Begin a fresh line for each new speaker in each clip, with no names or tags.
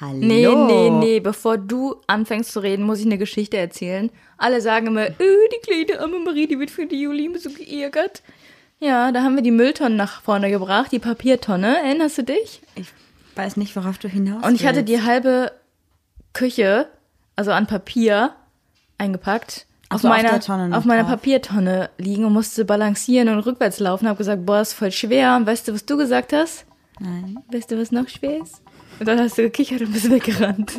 Hallo.
Nee, nee, nee. Bevor du anfängst zu reden, muss ich eine Geschichte erzählen. Alle sagen immer, äh, die kleine arme Marie, die wird für die Julien so geärgert. Ja, da haben wir die Mülltonne nach vorne gebracht, die Papiertonne. Erinnerst du dich?
Ich weiß nicht, worauf du hinaus
Und ich hatte
willst.
die halbe Küche, also an Papier, eingepackt. Auf,
so, auf
meiner,
der Tonne noch
auf meiner
drauf.
Papiertonne liegen und musste balancieren und rückwärts laufen. Hab gesagt, boah, ist voll schwer. Und weißt du, was du gesagt hast?
Nein.
Weißt du, was noch schwer ist? Und dann hast du gekichert und bist weggerannt.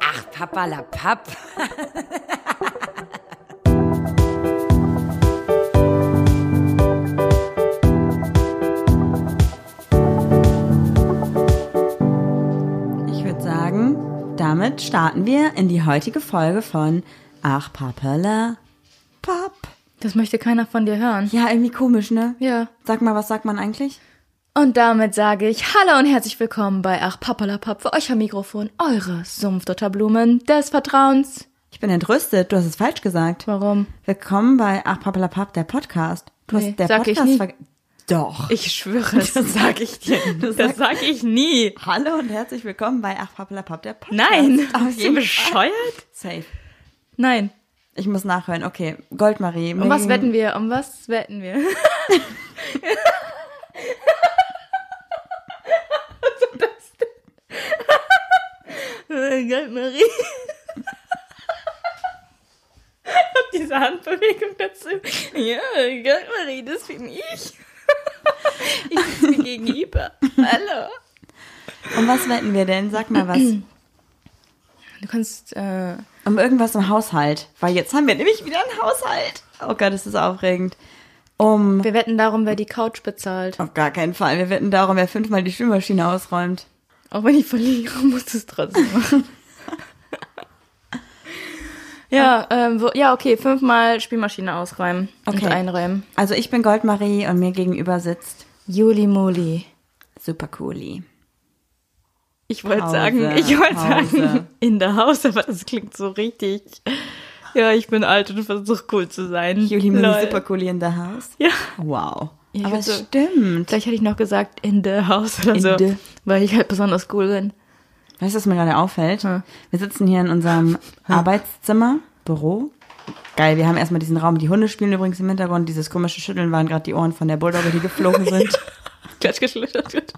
Ach, Papa la Papp. Ich würde sagen, damit starten wir in die heutige Folge von Ach, Papa la Papp.
Das möchte keiner von dir hören.
Ja, irgendwie komisch, ne?
Ja.
Sag mal, was sagt man eigentlich?
Und damit sage ich Hallo und herzlich willkommen bei Ach Pappalapapp für euch am Mikrofon, eure Sumpfdotterblumen des Vertrauens.
Ich bin entrüstet, du hast es falsch gesagt.
Warum?
Willkommen bei Ach Pappalapapp, der Podcast. Du
Nee,
hast der
sag ich
Podcast
nie.
verge- Doch.
Ich schwöre es.
Das sag ich dir.
Das, sag ich nie.
Hallo und herzlich willkommen bei Ach Pappalapapp, der Podcast.
Nein.
Auf
Bist du
jeden
bescheuert?
Safe.
Nein.
Ich muss nachhören. Okay, Goldmarie.
Um was wetten wir? Um was wetten wir? was war das denn? Gott, Marie. Und diese Handbewegung dazu. Ja, Gott, Marie, das bin ich. ich sitze gegenüber. Hallo.
Um was wetten wir denn? Sag mal was.
Du kannst, äh,
Um irgendwas im Haushalt. Weil jetzt haben wir nämlich wieder einen Haushalt. Oh Gott, das ist aufregend. Um.
wir wetten darum, wer die Couch bezahlt.
Auf gar keinen Fall. Wir wetten darum, wer fünfmal die Spülmaschine ausräumt.
Auch wenn ich verliere, muss es trotzdem machen. ja, ähm, wo, ja, okay, fünfmal Spielmaschine ausräumen
Okay.
und einräumen.
Also ich bin Goldmarie und mir gegenüber sitzt
Juli Moli.
Super Cooli.
Ich wollte
Pause,
sagen, ich wollte
Pause.
sagen, in der Haus, aber das klingt so richtig. Ja, ich bin alt und versuche cool zu sein.
Juli mit
Lol.
Super Cooli in the house.
Ja.
Wow.
Ja, ich
Aber
würd
es
so-
stimmt.
Vielleicht hätte ich noch gesagt, in der Haus oder
In
so.
der-
Weil ich halt besonders cool bin.
Weißt du, was mir gerade auffällt?
Hm.
Wir sitzen hier in unserem Arbeitszimmer, Büro. Geil, wir haben erstmal diesen Raum. Die Hunde spielen übrigens im Hintergrund. Dieses komische Schütteln waren gerade die Ohren von der Bulldogge, die geflogen sind.
Klatsch geschlittert wird.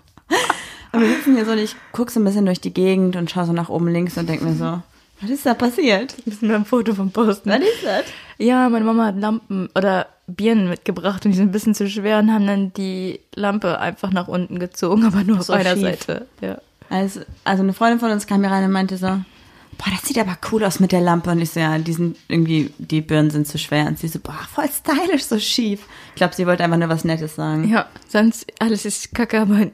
Und wir sitzen hier so und ich gucke so ein bisschen durch die Gegend und schaue so nach oben links und denke mir so, was ist da passiert?
Müssen wir ein Foto vom Posten.
ist das?
Ja, meine Mama hat Lampen oder Birnen mitgebracht und die sind ein bisschen zu schwer und haben dann die Lampe einfach nach unten gezogen, aber nur auf
So
einer
schief.
Seite. Ja.
Also, also eine Freundin von uns kam hier rein und meinte so, boah, das sieht aber cool aus mit der Lampe. Und ich so, ja, die sind irgendwie, die Birnen sind zu schwer. Und sie so, boah, voll stylisch, so schief. Ich glaube, sie wollte einfach nur was Nettes sagen.
ja, sonst alles ist kacke, aber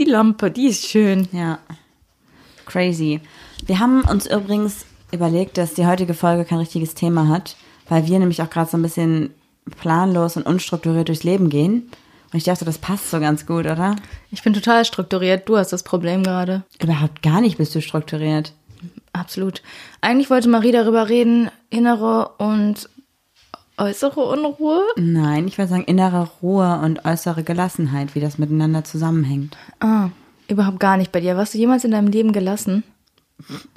die Lampe, die ist schön.
Ja. Crazy. Wir haben uns übrigens überlegt, dass die heutige Folge kein richtiges Thema hat, weil wir nämlich auch gerade so ein bisschen planlos und unstrukturiert durchs Leben gehen. Und ich dachte, das passt so ganz gut, oder?
Ich bin total strukturiert, du hast das Problem gerade.
Überhaupt gar nicht bist du strukturiert.
Absolut. Eigentlich wollte Marie darüber reden, innere und äußere Unruhe.
Nein, ich würde sagen, innere Ruhe und äußere Gelassenheit, wie das miteinander zusammenhängt.
Ah, überhaupt gar nicht bei dir. Warst du jemals in deinem Leben gelassen?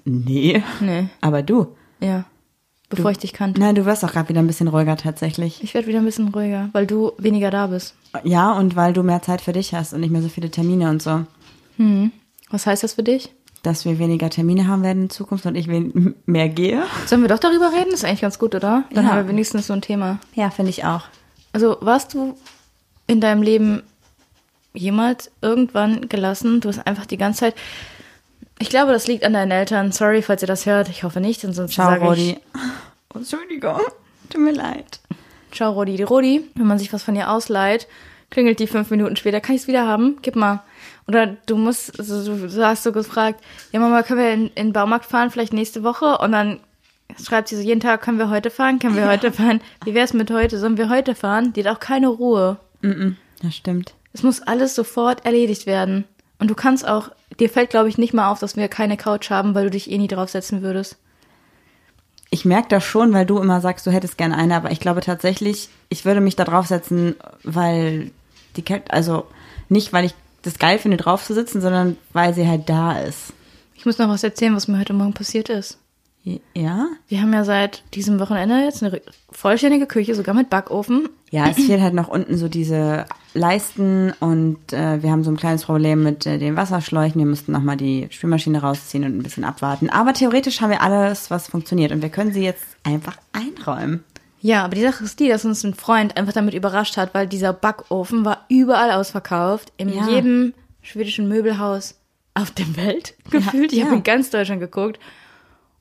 Nee.
Nee,
Aber du.
ja. Bevor ich dich kannte.
Nein, du wirst auch gerade wieder ein bisschen ruhiger tatsächlich.
Ich werde wieder ein bisschen ruhiger, weil du weniger da bist.
Ja, und weil du mehr Zeit für dich hast und nicht mehr so viele Termine und so.
Was heißt das für dich?
dass wir weniger Termine haben werden in Zukunft und ich wen- mehr gehe.
Sollen wir doch darüber reden? Ist eigentlich ganz gut, oder? Dann
Ja.
haben wir wenigstens so ein Thema.
Ja, finde ich auch.
Also warst du in deinem Leben jemals irgendwann gelassen? Du hast einfach die ganze Zeit. Ich glaube, das liegt an deinen Eltern. Sorry, falls ihr das hört. Ich hoffe nicht, ansonsten
Ciao,
sage
Rodi. Oh, Entschuldigung, tut mir leid.
ich Ciao, Rodi. Die Rodi, wenn man sich was von ihr ausleiht, klingelt die fünf Minuten später. Kann ich es wieder haben? Gib mal. Oder du musst, also du du hast so gefragt, ja Mama, können wir in, in den Baumarkt fahren, vielleicht nächste Woche? Und dann schreibt sie so jeden Tag, können wir heute fahren, können wir heute fahren? Wie wär's mit heute? Sollen wir heute fahren? Die hat auch keine Ruhe.
Das stimmt.
Es muss alles sofort erledigt werden. Und du kannst auch, dir fällt glaube ich nicht mal auf, dass wir keine Couch haben, weil du dich eh nie draufsetzen würdest.
ich merke das schon, weil du immer sagst, du hättest gerne eine, aber ich glaube tatsächlich, ich würde mich da draufsetzen, weil die Kälte, also nicht, weil ich das geil finde, drauf zu sitzen, sondern weil sie halt da ist.
Ich muss noch was erzählen, was mir heute Morgen passiert ist.
Ja?
Wir haben ja seit diesem Wochenende jetzt eine vollständige Küche, sogar mit Backofen.
Ja, es fehlt halt noch unten so diese Leisten und äh, wir haben so ein kleines Problem mit äh, den Wasserschläuchen. Wir müssten nochmal die Spülmaschine rausziehen und ein bisschen abwarten. Aber theoretisch haben wir alles, was funktioniert und wir können sie jetzt einfach einräumen.
Ja, aber die Sache ist die, dass uns ein Freund einfach damit überrascht hat, weil dieser Backofen war überall ausverkauft, in
Ja.
jedem schwedischen Möbelhaus auf der Welt gefühlt. ich
ja.
habe in ganz Deutschland geguckt.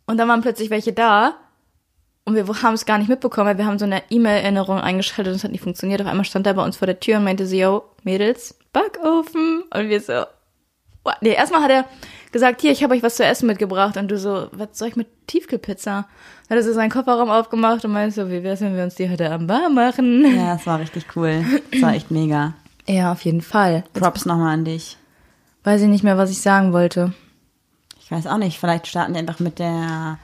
Und dann waren plötzlich welche da und wir haben es gar nicht mitbekommen, weil wir haben so eine E-Mail-Erinnerung eingeschaltet und es hat nicht funktioniert. Auf einmal stand er bei uns vor der Tür und meinte so, yo, Mädels, Backofen. Und wir so, What? Nee, erstmal hat er gesagt, hier, ich habe euch was zu essen mitgebracht. Und du so, was soll ich mit Tiefkühlpizza? Dann hat er so seinen Kofferraum aufgemacht und meinte so, wie wär's, wenn wir uns die heute am Bar machen?
Ja, es war richtig cool. Es war echt mega.
Ja, auf jeden Fall.
Props nochmal an dich.
Weiß ich nicht mehr, was ich sagen wollte.
Ich weiß auch nicht, vielleicht starten wir einfach mit der.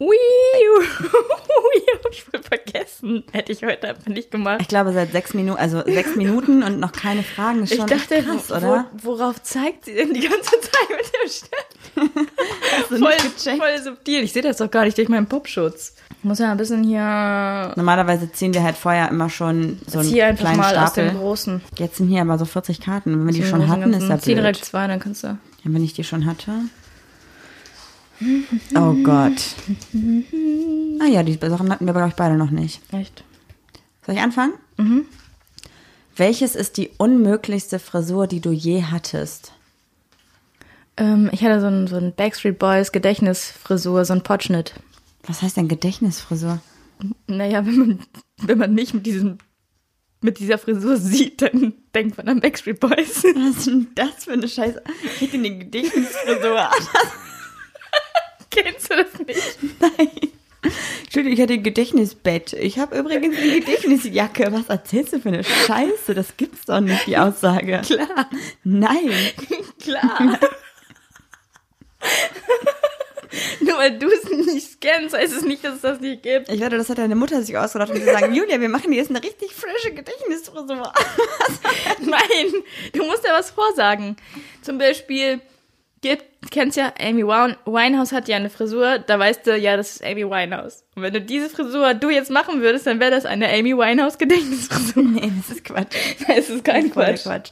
Ui, ui, hab ich wohl vergessen. Hätte ich heute einfach nicht
Ich
gemacht.
glaube, seit sechs Minuten, also sechs Minuten und noch keine Fragen ist
Ich
schon
dachte,
echt krass,
wo-
oder?
Wo, worauf zeigt sie denn die ganze Zeit mit dem Stern?
du
voll,
nicht gecheckt?
voll subtil. Ich sehe das doch gar nicht durch meinen Popschutz. Ich muss ja ein bisschen hier,
Normalerweise ziehen wir halt vorher immer schon so einen
hier einfach
kleinen
mal aus
Stapel.
dem Großen.
Jetzt sind hier aber so 40 Karten. Wenn wir die schon
Mit
hatten,
ganzen-
ist ja
Zieh direkt
blöd.
zwei, dann kannst du.
Ja, wenn ich die schon hatte. Oh Gott. Ah ja, die Sachen hatten wir, glaube ich, beide noch nicht.
Echt?
Soll ich anfangen? Mhm. Welches ist die unmöglichste Frisur, die du je hattest?
Ähm, ich hatte so einen, so einen Backstreet Boys Gedächtnisfrisur, so einen Potschnitt.
Was heißt denn Gedächtnisfrisur?
Naja, wenn man, wenn man mich mit diesem, mit dieser Frisur sieht, dann denkt man an Backstreet Boys.
Was ist denn das für eine Scheiße? Ich hätte eine Gedächtnisfrisur.
Kennst du das nicht?
Entschuldigung, ich hatte ein Gedächtnisbett. Ich habe übrigens eine Gedächtnisjacke. Was erzählst du für eine Scheiße? Das gibt's doch nicht, die Aussage. Klar. Nein.
Klar. Nur weil du es nicht kennst, heißt es nicht, dass es das nicht gibt.
Ich wette, das hat deine Mutter sich ausgedacht und sie sagen, Julia, wir machen dir jetzt eine richtig frische Gedächtnisfrisur.
Nein, du musst ja was vorsagen. Zum Beispiel, gibt, kennst ja Amy Wine- Winehouse hat ja eine Frisur, da weißt du, ja, das ist Amy Winehouse. Und wenn du diese Frisur du jetzt machen würdest, dann wäre das eine Amy Winehouse Gedächtnisfrisur.
nee, das ist Quatsch.
Es ist kein
Voll der
Quatsch.
Quatsch.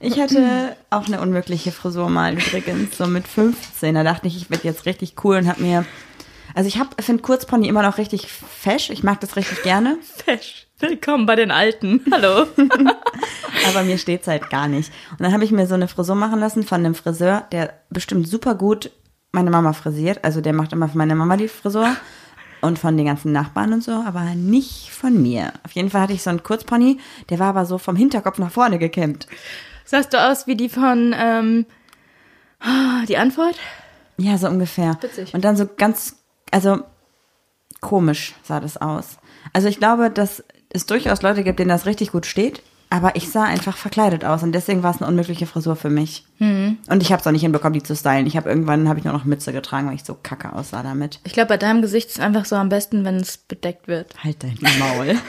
Ich hatte auch eine unmögliche Frisur mal übrigens, so mit 15. Da dachte ich, ich werde jetzt richtig cool und habe mir. Also ich finde Kurzpony immer noch richtig fesch. Ich mag das richtig gerne.
Fesch. Willkommen bei den Alten. Hallo.
Aber mir steht's halt gar nicht. Und dann habe ich mir so eine Frisur machen lassen von einem Friseur, der bestimmt super gut meine Mama frisiert. Also der macht immer für meine Mama die Frisur und von den ganzen Nachbarn und so, aber nicht von mir. Auf jeden Fall hatte ich so einen Kurzpony, der war aber so vom Hinterkopf nach vorne gekämmt.
Sahst du aus wie die von, ähm, ah, die Antwort?
Ja, so ungefähr.
Witzig.
Und dann so ganz, also komisch sah das aus. Also ich glaube, dass es durchaus Leute gibt, denen das richtig gut steht, aber ich sah einfach verkleidet aus und deswegen war es eine unmögliche Frisur für mich. Und ich habe es auch nicht hinbekommen, die zu stylen. Ich habe irgendwann habe ich nur noch Mütze getragen, weil ich so kacke aussah damit.
Ich glaube, bei deinem Gesicht ist es einfach so am besten, wenn es bedeckt wird.
Halt dein Maul.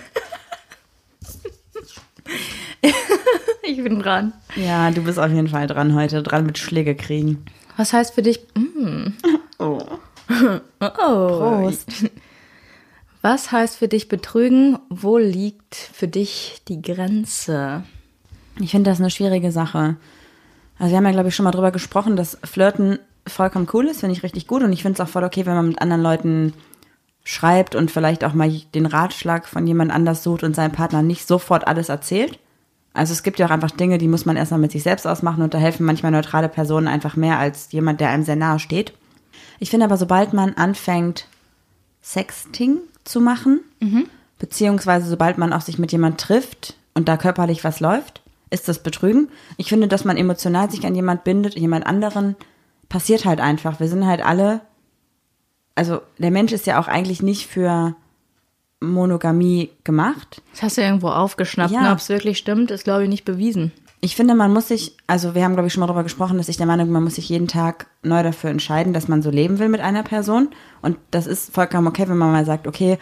Ich bin dran.
ja, du bist auf jeden Fall dran heute, dran mit Schläge kriegen.
Was heißt für dich, hm,
Oh.
Oh.
Prost.
Was heißt für dich betrügen? Wo liegt für dich die Grenze?
Ich finde das eine schwierige Sache. Also wir haben ja, glaube ich, schon mal drüber gesprochen, dass Flirten vollkommen cool ist, finde ich richtig gut. Und ich finde es auch voll okay, wenn man mit anderen Leuten schreibt und vielleicht auch mal den Ratschlag von jemand anders sucht und seinem Partner nicht sofort alles erzählt. Also es gibt ja auch einfach Dinge, die muss man erstmal mit sich selbst ausmachen und da helfen manchmal neutrale Personen einfach mehr als jemand, der einem sehr nahe steht. Ich finde aber, sobald man anfängt, Sexting zu machen, beziehungsweise sobald man auch sich mit jemand trifft und da körperlich was läuft, ist das Betrügen. Ich finde, dass man emotional sich an jemand bindet, jemand anderen, passiert halt einfach. Wir sind halt alle, also der Mensch ist ja auch eigentlich nicht für Monogamie gemacht.
Das hast du irgendwo aufgeschnaubt.
Ja.
ne? Ob es wirklich stimmt, ist, glaube ich, nicht bewiesen.
Ich finde, man muss sich, also wir haben, glaube ich, schon mal darüber gesprochen, dass ich der Meinung bin, man muss sich jeden Tag neu dafür entscheiden, dass man so leben will mit einer Person. Und das ist vollkommen okay, wenn man mal sagt, okay,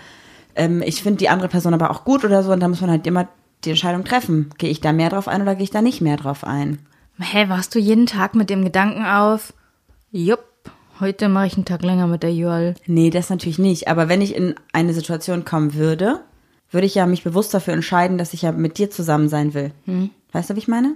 ähm, ich finde die andere Person aber auch gut oder so. Und da muss man halt immer die Entscheidung treffen. Gehe ich da mehr drauf ein oder gehe ich da nicht mehr drauf ein?
Hä, wachst du jeden Tag mit dem Gedanken auf, jupp, heute mache ich einen Tag länger mit der Jörl.
Nee, das natürlich nicht. Aber wenn ich in eine Situation kommen würde, würde ich ja mich bewusst dafür entscheiden, dass ich ja mit dir zusammen sein will. Weißt du, wie ich meine?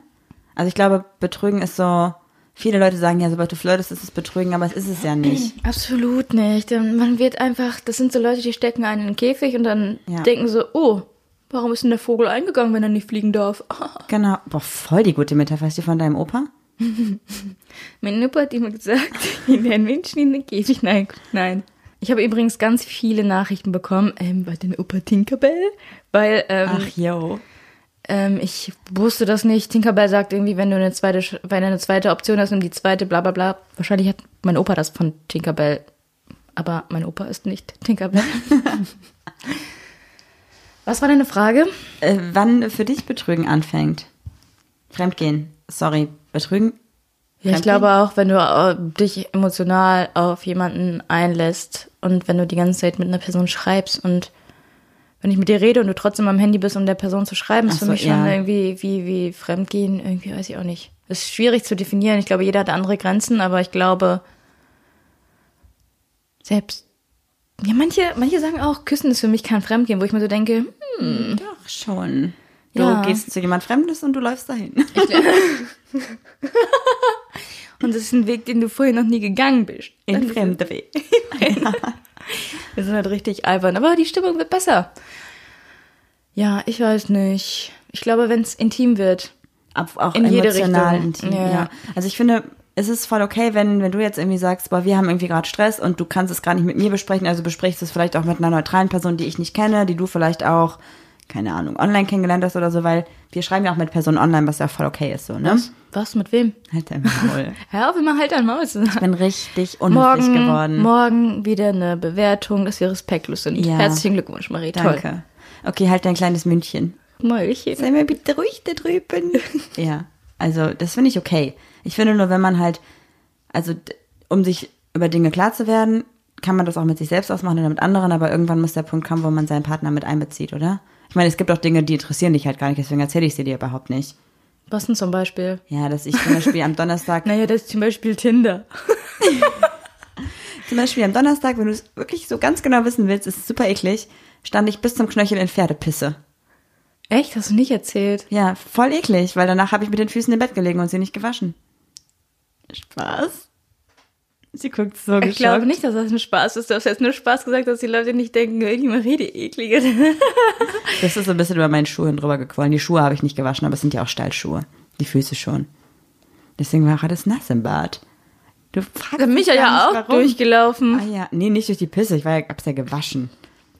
Also ich glaube, Betrügen ist so, viele Leute sagen ja, sobald du flirtest, ist es Betrügen, aber es ist es ja nicht.
Absolut nicht. Denn Man wird einfach, das sind so Leute, die stecken einen in den Käfig und dann
Ja.
denken so, oh, warum ist denn der Vogel eingegangen, wenn er nicht fliegen darf?
Genau. Boah, voll die gute Metapher. Ist die von deinem Opa?
Mein Nippe hat immer gesagt, wir werden Menschen in den Käfig. Nein, nein. Ich habe übrigens ganz viele Nachrichten bekommen ähm, bei den Opa Tinkerbell, weil ähm,
yo.
ähm, ich wusste das nicht. Tinkerbell sagt irgendwie, wenn du eine zweite, Sch- wenn du eine zweite Option hast, nimm die zweite, bla bla bla. Wahrscheinlich hat mein Opa das von Tinkerbell. Aber mein Opa ist nicht Tinkerbell. Was war deine Frage?
Äh, wann für dich Betrügen anfängt? Fremdgehen. Sorry, Betrügen?
Ja, ich
Fremdgehen?
glaube auch, wenn du äh, dich emotional auf jemanden einlässt und wenn du die ganze Zeit mit einer Person schreibst und wenn ich mit dir rede und du trotzdem am Handy bist, um der Person zu schreiben, ist
Ach
für
so,
mich schon
ja.
irgendwie wie, wie Fremdgehen, irgendwie weiß ich auch nicht. Ist schwierig zu definieren. Ich glaube, jeder hat andere Grenzen, aber ich glaube, selbst, ja, manche, manche sagen auch, Küssen ist für mich kein Fremdgehen, wo ich mir so denke, hm,
Doch schon. Du
Ja.
gehst zu jemand Fremdes und du läufst dahin.
und das ist ein Weg, den du vorher noch nie gegangen bist.
In fremde Weg.
Wir sind halt richtig albern, aber die Stimmung wird besser. Ja, ich weiß nicht. Ich glaube, wenn es intim wird.
Ab, auch
In jede
emotional
Richtung.
intim.
Ja,
Ja.
ja.
Also ich finde, es ist voll okay, wenn, wenn du jetzt irgendwie sagst, boah, wir haben irgendwie gerade Stress und du kannst es gar nicht mit mir besprechen, also besprichst es vielleicht auch mit einer neutralen Person, die ich nicht kenne, die du vielleicht auch, keine Ahnung, online kennengelernt hast oder so, weil wir schreiben ja auch mit Personen online, was ja voll okay ist, so, ne?
Was? Mit wem?
Halt dein Maul.
Hör auf, immer halt dein Maul zu
Ich
sagen.
bin richtig unhöflich
Morgen,
geworden.
morgen wieder eine Bewertung, dass wir respektlos sind.
Ja.
Herzlichen Glückwunsch, Marie.
Danke. Okay, halt dein kleines Mündchen.
Toll. Mäulchen.
Sei mir bitte ruhig da drüben. ja, also das finde ich okay. Ich finde nur, wenn man halt, also d- um sich über Dinge klar zu werden, kann man das auch mit sich selbst ausmachen oder mit anderen, aber irgendwann muss der Punkt kommen, wo man seinen Partner mit einbezieht, oder? Ich meine, es gibt auch Dinge, die interessieren dich halt gar nicht, deswegen erzähle ich sie dir überhaupt nicht.
Was denn zum Beispiel?
Ja, dass ich zum Beispiel am Donnerstag,
Naja, das ist zum Beispiel Tinder.
zum Beispiel am Donnerstag, wenn du es wirklich so ganz genau wissen willst, ist super eklig, stand ich bis zum Knöchel in Pferdepisse.
Echt? Hast du nicht erzählt?
Ja, voll eklig, weil danach habe ich mit den Füßen im Bett gelegen und sie nicht gewaschen. Spaß. Sie guckt so
Ich glaube nicht, dass das ein Spaß ist. Du hast jetzt nur Spaß gesagt, dass die Leute nicht denken, ey, die Marie, die Eklige.
Das ist so ein bisschen über meinen Schuhen drüber gequollen. Die Schuhe habe ich nicht gewaschen, aber es sind ja auch Stallschuhe. Die Füße schon. Deswegen war alles nass im Bad. Du fragst
Mich ja,
mich
ja auch
gar nicht, warum.
durchgelaufen.
Ah ja, nee, nicht durch die Pisse. Ich war ja, hab's ja gewaschen.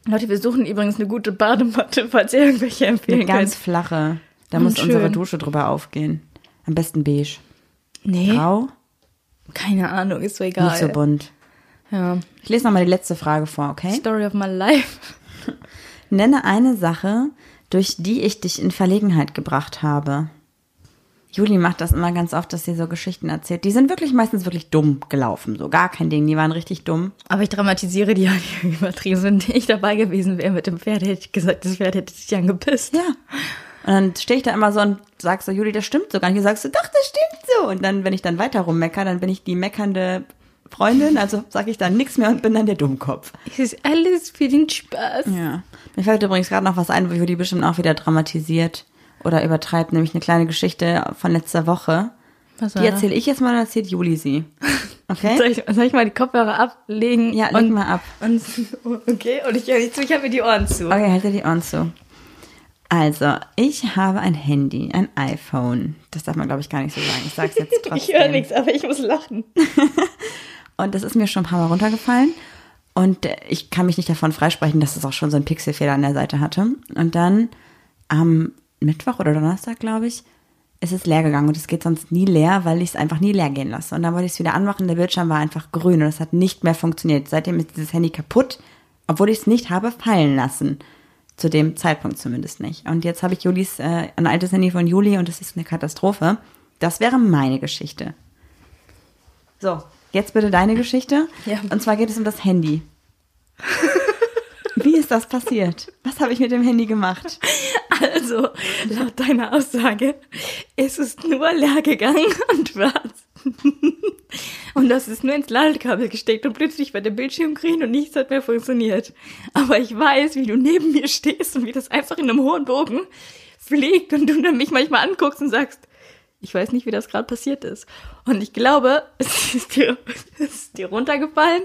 Leute, wir suchen übrigens eine gute Badematte, falls ihr irgendwelche
Eine
empfehlen
ganz
könnt.
flache. Da
Und
muss unsere
Hm, schön.
Dusche drüber aufgehen. Am besten beige.
Nee,
Grau,
keine Ahnung, ist so egal.
nicht so bunt.
ja.
Ich lese nochmal die letzte Frage vor, okay?
Story of my life.
Nenne eine Sache, durch die ich dich in Verlegenheit gebracht habe. Juli macht das immer ganz oft, dass sie so Geschichten erzählt. Die sind wirklich meistens wirklich dumm gelaufen, so gar kein Ding. Die waren richtig dumm.
Aber ich dramatisiere die halt übertrieben. Wenn ich dabei gewesen wäre mit dem Pferd, hätte ich gesagt, das Pferd hätte dich angepisst.
Ja. Und dann stehe ich da immer so und sag so, Juli, das stimmt so gar nicht. Und sagst du, doch, das stimmt so. Und dann, wenn ich dann weiter rummecker, dann bin ich die meckernde Freundin. Also sage ich dann nichts mehr und bin dann der Dummkopf.
Es ist alles für den Spaß.
Ja. Mir fällt übrigens gerade noch was ein, wo Judy bestimmt auch wieder dramatisiert oder übertreibt, nämlich eine kleine Geschichte von letzter Woche.
Was
Die erzähle ich jetzt mal, dann erzählt Juli sie.
soll
Okay?
ich, soll ich mal die Kopfhörer ablegen?
Ja, leg
und,
mal ab.
Und, okay, und ich höre nicht zu, ich habe mir die Ohren zu.
Okay, halte die Ohren zu. Also, ich habe ein Handy, ein iPhone. Das darf man, glaube ich, gar nicht so sagen. Ich sag's jetzt trotzdem.
Ich höre nichts, aber ich muss lachen.
Und das ist mir schon ein paar Mal runtergefallen. Und äh, ich kann mich nicht davon freisprechen, dass es auch schon so einen Pixelfehler an der Seite hatte. Und dann am Mittwoch oder Donnerstag, glaube ich, ist es leer gegangen. Und es geht sonst nie leer, weil ich es einfach nie leer gehen lasse. Und dann wollte ich es wieder anmachen. Der Bildschirm war einfach grün und es hat nicht mehr funktioniert. Seitdem ist dieses Handy kaputt, obwohl ich es nicht habe fallen lassen. Zu dem Zeitpunkt zumindest nicht. Und jetzt habe ich Julis, äh, ein altes Handy von Juli und das ist eine Katastrophe. Das wäre meine Geschichte. So, jetzt bitte deine Geschichte.
Ja.
Und zwar geht es um das Handy. Wie ist das passiert? Was habe ich mit dem Handy gemacht?
Also, laut deiner Aussage ist es nur leer gegangen und was? Und das ist nur ins Ladekabel gesteckt und plötzlich war der Bildschirm grün und nichts hat mehr funktioniert. Aber ich weiß, wie du neben mir stehst und wie das einfach in einem hohen Bogen fliegt und du dann mich manchmal anguckst und sagst, ich weiß nicht, wie das gerade passiert ist. Und ich glaube, es ist, dir, es ist dir runtergefallen.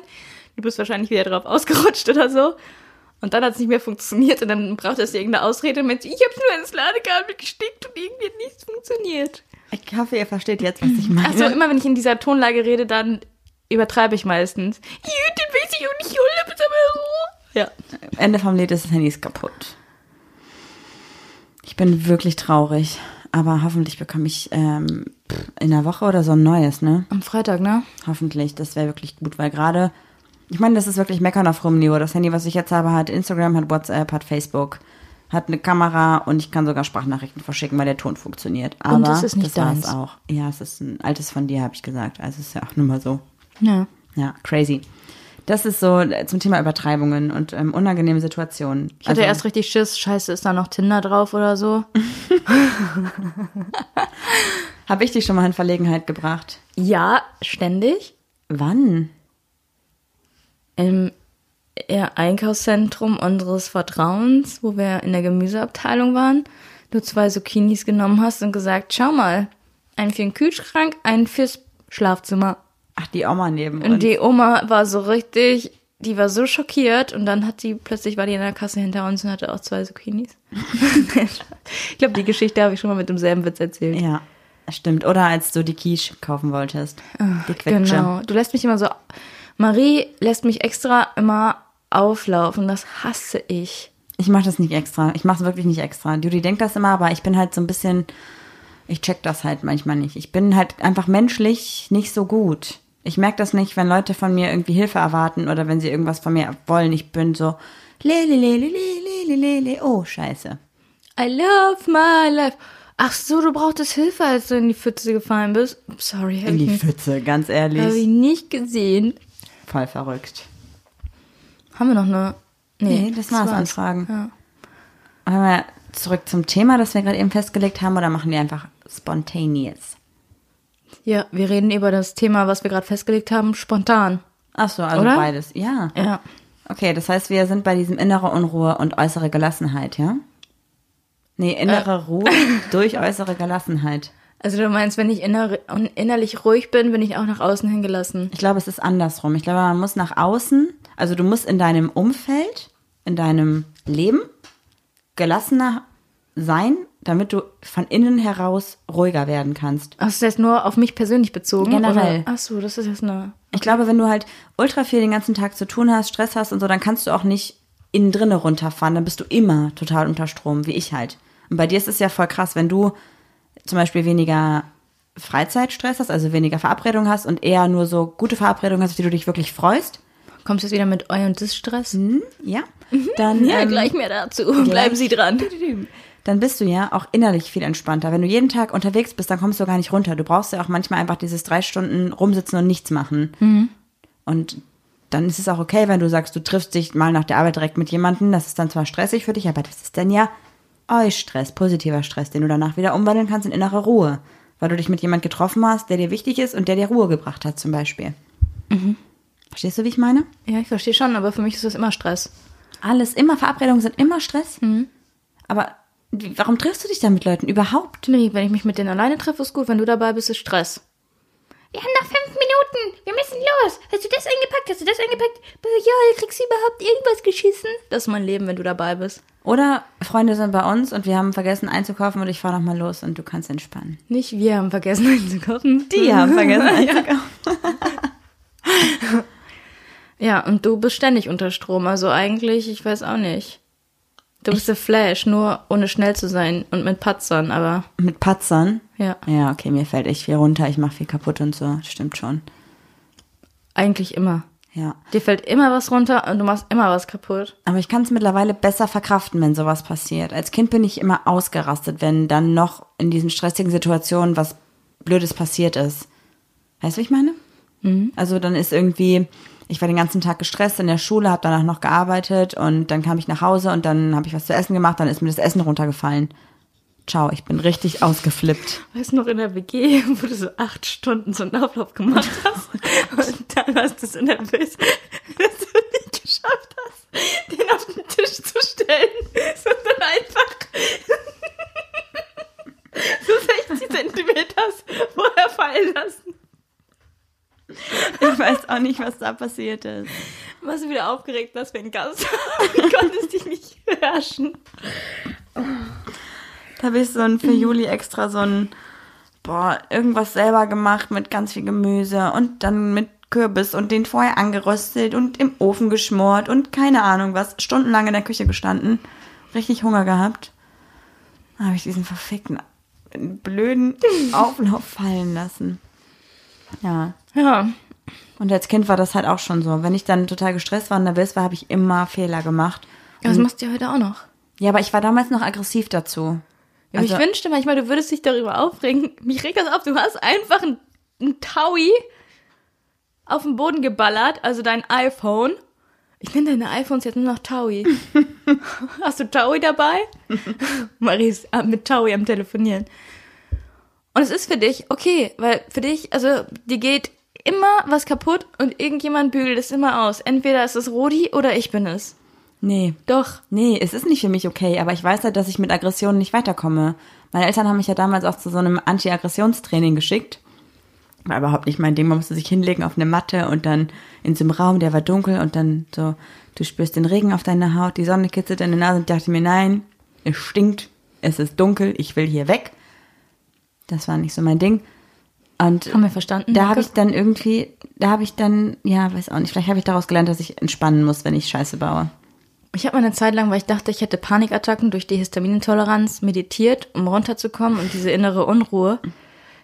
Du bist wahrscheinlich wieder drauf ausgerutscht oder so. Und dann hat es nicht mehr funktioniert und dann braucht es irgendeine Ausrede mit, ich hab's nur ins Ladekabel gesteckt und irgendwie hat nichts funktioniert.
Ich hoffe, ihr versteht jetzt, was ich meine.
Also immer wenn ich in dieser Tonlage rede, dann übertreibe ich meistens. Jüte, weiß ich und ich hole bitte mal Ruhe. Ja.
Am Ende vom Lied ist das Handy ist kaputt. Ich bin wirklich traurig. Aber hoffentlich bekomme ich ähm, pff, in der Woche oder so ein neues, ne?
Am Freitag, ne?
Hoffentlich. Das wäre wirklich gut, weil gerade, ich meine, das ist wirklich meckern auf hohem Niveau. Das Handy, was ich jetzt habe, hat Instagram, hat WhatsApp, hat Facebook, hat eine Kamera und ich kann sogar Sprachnachrichten verschicken, weil der Ton funktioniert. Aber
es ist nicht
das war's
deins.
auch. Ja, es ist ein altes von dir, habe ich gesagt. Also ist ja auch nur mal so.
Ja.
Ja, crazy. Das ist so äh, zum Thema Übertreibungen und ähm, unangenehme Situationen. Also,
Ich hatte erst richtig Schiss, scheiße, ist da noch Tinder drauf oder so?
Habe ich dich schon mal in Verlegenheit gebracht?
Ja, ständig.
Wann?
im ja, Einkaufszentrum unseres Vertrauens, wo wir in der Gemüseabteilung waren, du zwei Zucchinis genommen hast und gesagt, schau mal, einen für den Kühlschrank, einen fürs Schlafzimmer.
Ach, die Oma neben
Und
uns.
die Oma war so richtig, die war so schockiert und dann hat die, plötzlich war die in der Kasse hinter uns und hatte auch zwei Zucchinis. ich glaube, die Geschichte habe ich schon mal mit demselben Witz erzählt.
Ja, stimmt. Oder als du die Quiche kaufen wolltest. die Quetsche.
Genau. Du lässt mich immer so. Marie lässt mich extra immer auflaufen. Das hasse ich.
Ich mache das nicht extra. Ich mache es wirklich nicht extra. Judy denkt das immer, aber ich bin halt so ein bisschen, ich check das halt manchmal nicht. Ich bin halt einfach menschlich nicht so gut. Ich merke das nicht, wenn Leute von mir irgendwie Hilfe erwarten oder wenn sie irgendwas von mir wollen. Ich bin so, le, le, le, le, le, le, le, le, oh, scheiße.
I love my life. Ach so, du brauchtest Hilfe, als du in die Pfütze gefallen bist. Sorry, habe
In
ich,
die
nicht-
Pfütze, ganz
hab ich
ehrlich.
nicht gesehen.
Voll verrückt.
Haben wir noch eine?
Nee, das war's an Fragen.
Ja.
Aber zurück zum Thema, das wir gerade eben festgelegt haben, oder machen wir einfach spontaneous?
ja, wir reden über das Thema, was wir gerade festgelegt haben, spontan.
Ach so, also
Oder?
beides, ja.
Ja.
Okay, das heißt, wir sind bei diesem innere Unruhe und äußere Gelassenheit, ja? Nee, innere Ruhe durch äußere Gelassenheit.
Also du meinst, wenn ich inner und innerlich ruhig bin, bin ich auch nach außen hingelassen.
Ich glaube, es ist andersrum. Ich glaube, man muss nach außen, also du musst in deinem Umfeld, in deinem Leben gelassener sein, damit du von innen heraus ruhiger werden kannst.
Ach, ist das jetzt nur auf mich persönlich bezogen?
Generell.
Oder? Ach so, das ist jetzt eine
Ich glaube, wenn du halt ultra viel den ganzen Tag zu tun hast, Stress hast und so, dann kannst du auch nicht innen drinne runterfahren. Dann bist du immer total unter Strom, wie ich halt. Und bei dir ist es ja voll krass, wenn du zum Beispiel weniger Freizeitstress hast, also weniger Verabredungen hast und eher nur so gute Verabredungen hast, auf die du dich wirklich freust.
Kommst du jetzt wieder mit Eu und Distress?
Hm, ja. Dann,
Ja,
ähm,
gleich mehr dazu. Bleiben Sie dran.
dann bist du ja auch innerlich viel entspannter. Wenn du jeden Tag unterwegs bist, dann kommst du gar nicht runter. Du brauchst ja auch manchmal einfach dieses drei Stunden rumsitzen und nichts machen. Und dann ist es auch okay, wenn du sagst, du triffst dich mal nach der Arbeit direkt mit jemandem. Das ist dann zwar stressig für dich, aber das ist dann ja Eu-Stress, positiver Stress, den du danach wieder umwandeln kannst in innere Ruhe. Weil du dich mit jemand getroffen hast, der dir wichtig ist und der dir Ruhe gebracht hat, zum Beispiel. Mhm. Verstehst du, wie ich meine?
Ja, ich verstehe schon, aber für mich ist das immer Stress.
Alles, immer Verabredungen sind immer Stress. Mhm. Aber wie- warum triffst du dich dann mit Leuten überhaupt?
Nee, wenn ich mich mit denen alleine treffe, ist gut. Wenn du dabei bist, ist Stress.
Wir haben noch fünf Minuten. Wir müssen los. Hast du das eingepackt? Hast du das eingepackt? Joel, kriegst du überhaupt irgendwas geschissen?
Das ist mein Leben, wenn du dabei bist.
Oder Freunde sind bei uns und wir haben vergessen einzukaufen und ich fahre nochmal los und du kannst entspannen. Mhm.
Nicht wir haben vergessen einzukaufen.
Die haben vergessen einzukaufen.
Ja, und du bist ständig unter Strom. Also eigentlich, ich weiß auch nicht. Du bist der Flash, nur ohne schnell zu sein und mit Patzern, aber
Mit Patzern?
ja.
Ja, okay, mir fällt echt viel runter, ich mache viel kaputt und so. Stimmt schon.
Eigentlich immer.
Ja.
Dir fällt immer was runter und du machst immer was kaputt.
Aber ich kann es mittlerweile besser verkraften, wenn sowas passiert. Als Kind bin ich immer ausgerastet, wenn dann noch in diesen stressigen Situationen was Blödes passiert ist. Weißt du, wie ich meine? Also dann ist irgendwie, ich war den ganzen Tag gestresst in der Schule, habe danach noch gearbeitet und dann kam ich nach Hause und dann habe ich was zu essen gemacht, dann ist mir das Essen runtergefallen. Ciao, ich bin richtig ausgeflippt.
Weißt du noch in der WG, wo du so acht Stunden so einen Auflauf gemacht hast und dann warst du so nervös, dass du nicht geschafft hast, den auf den Tisch zu stellen, sondern einfach so 60 Zentimeter vorher fallen lassen.
Ich weiß auch nicht, was da passiert ist.
Warst du wieder aufgeregt, dass wir einen Gast haben, konntest dich nicht beherrschen.
Da habe ich so ein für
Mhm.
Juli extra so ein, boah, irgendwas selber gemacht mit ganz viel Gemüse und dann mit Kürbis und den vorher angeröstet und im Ofen geschmort und keine Ahnung was. Stundenlang in der Küche gestanden, richtig Hunger gehabt. Dann habe ich diesen verfickten, blöden Auflauf fallen lassen. Ja.
Ja,
Und als Kind war das halt auch schon so. Wenn ich dann total gestresst war und nervös war, habe ich immer Fehler gemacht.
das machst du ja heute auch noch.
Ja, aber ich war damals noch aggressiv dazu.
Ja, aber
Also-
ich wünschte manchmal, du würdest dich darüber aufregen. Mich regt das auf, du hast einfach einen, einen Taui auf den Boden geballert, also dein iPhone. Ich nenne deine iPhones jetzt nur noch Taui. hast du Taui dabei? Marie ist am- mit Taui am Telefonieren. Und es ist für dich okay, weil für dich, also dir geht immer was kaputt und irgendjemand bügelt es immer aus. Entweder ist es Rodi oder ich bin es.
Nee,
Doch.
Nee, es ist nicht für mich okay, aber ich weiß halt, dass ich mit Aggressionen nicht weiterkomme. Meine Eltern haben mich ja damals auch zu so einem Anti-Aggressionstraining geschickt. War überhaupt nicht mein Ding. Man musste sich hinlegen auf eine Matte und dann in so einem Raum, der war dunkel und dann so, du spürst den Regen auf deiner Haut, die Sonne kitzelt deine Nase und ich dachte mir, nein, es stinkt, es ist dunkel, ich will hier weg. Das war nicht so mein Ding. Und
Haben wir verstanden?
da
Danke.
habe ich dann irgendwie, da habe ich dann, ja, weiß auch nicht, vielleicht habe ich daraus gelernt, dass ich entspannen muss, wenn ich Scheiße baue.
Ich habe eine Zeit lang, weil ich dachte, ich hätte Panikattacken durch die Histaminintoleranz, meditiert, um runterzukommen und diese innere Unruhe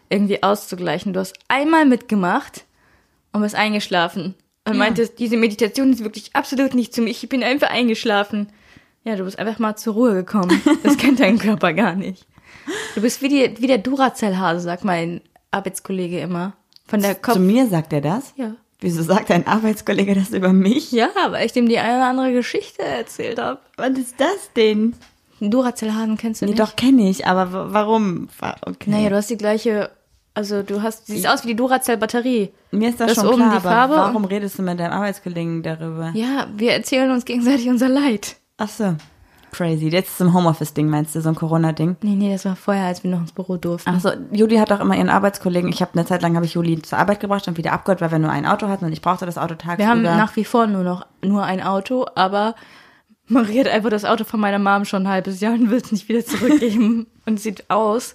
irgendwie auszugleichen. Du hast einmal mitgemacht und bist eingeschlafen. Und meintest, diese Meditation ist wirklich absolut nicht zu mir. Ich bin einfach eingeschlafen. Ja, du bist einfach mal zur Ruhe gekommen. Das kennt dein Körper gar nicht. Du bist wie, die, wie der Duracell-Hase, sagt mein Arbeitskollege immer. Von der Kopf.
Äh, Zu mir sagt er das?
Ja.
Wieso sagt ein Arbeitskollege das über mich?
Ja, weil ich dem die eine oder andere Geschichte erzählt habe.
Was ist das denn?
Duracell-Hasen kennst du
Nee,
nicht?
doch kenne ich, aber wa- warum? Wa- Okay.
Naja, Ah du hast die gleiche, also du hast, siehst aus wie die Duracell-Batterie.
mir ist das,
das
schon
oben
klar,
die Farbe
aber warum
und-
redest du mit deinem Arbeitskollegen darüber?
Ja, wir erzählen uns gegenseitig unser Leid.
Ach so. Crazy. Jetzt ist es ein Homeoffice-Ding, meinst du, so ein Corona-Ding?
Nee, nee, das war vorher, als wir noch ins Büro durften.
Ach so, Juli hat auch immer ihren Arbeitskollegen. Ich habe eine Zeit lang habe ich Juli zur Arbeit gebracht und wieder abgeholt, weil wir nur ein Auto hatten und ich brauchte das Auto tagsüber.
wir haben nach wie vor nur noch nur ein Auto, aber Marie hat einfach das Auto von meiner Mom schon ein halbes Jahr und will es nicht wieder zurückgeben. und sieht aus.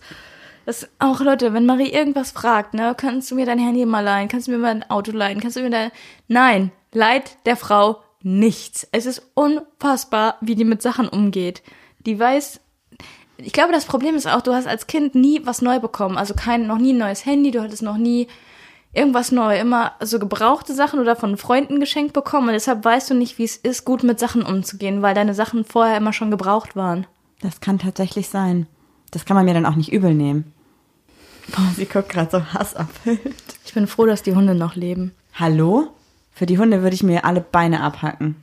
Das, auch Leute, wenn Marie irgendwas fragt, ne, kannst du mir dein Handy mal leihen, kannst du mir mal ein Auto leihen, kannst du mir dein. Nein, leid der Frau nichts. Es ist unfassbar, wie die mit Sachen umgeht. Die weiß. Ich glaube, das Problem ist auch, du hast als Kind nie was neu bekommen. Also kein, noch nie ein neues Handy, du hattest noch nie irgendwas neu, immer so gebrauchte Sachen oder von Freunden geschenkt bekommen. Und deshalb weißt du nicht, wie es ist, gut mit Sachen umzugehen, weil deine Sachen vorher immer schon gebraucht waren.
Das kann tatsächlich sein. Das kann man mir dann auch nicht übel nehmen. Boah, sie guckt gerade so hasserfüllt.
Ich bin froh, dass die Hunde noch leben.
Hallo? Für die Hunde würde ich mir alle Beine abhacken.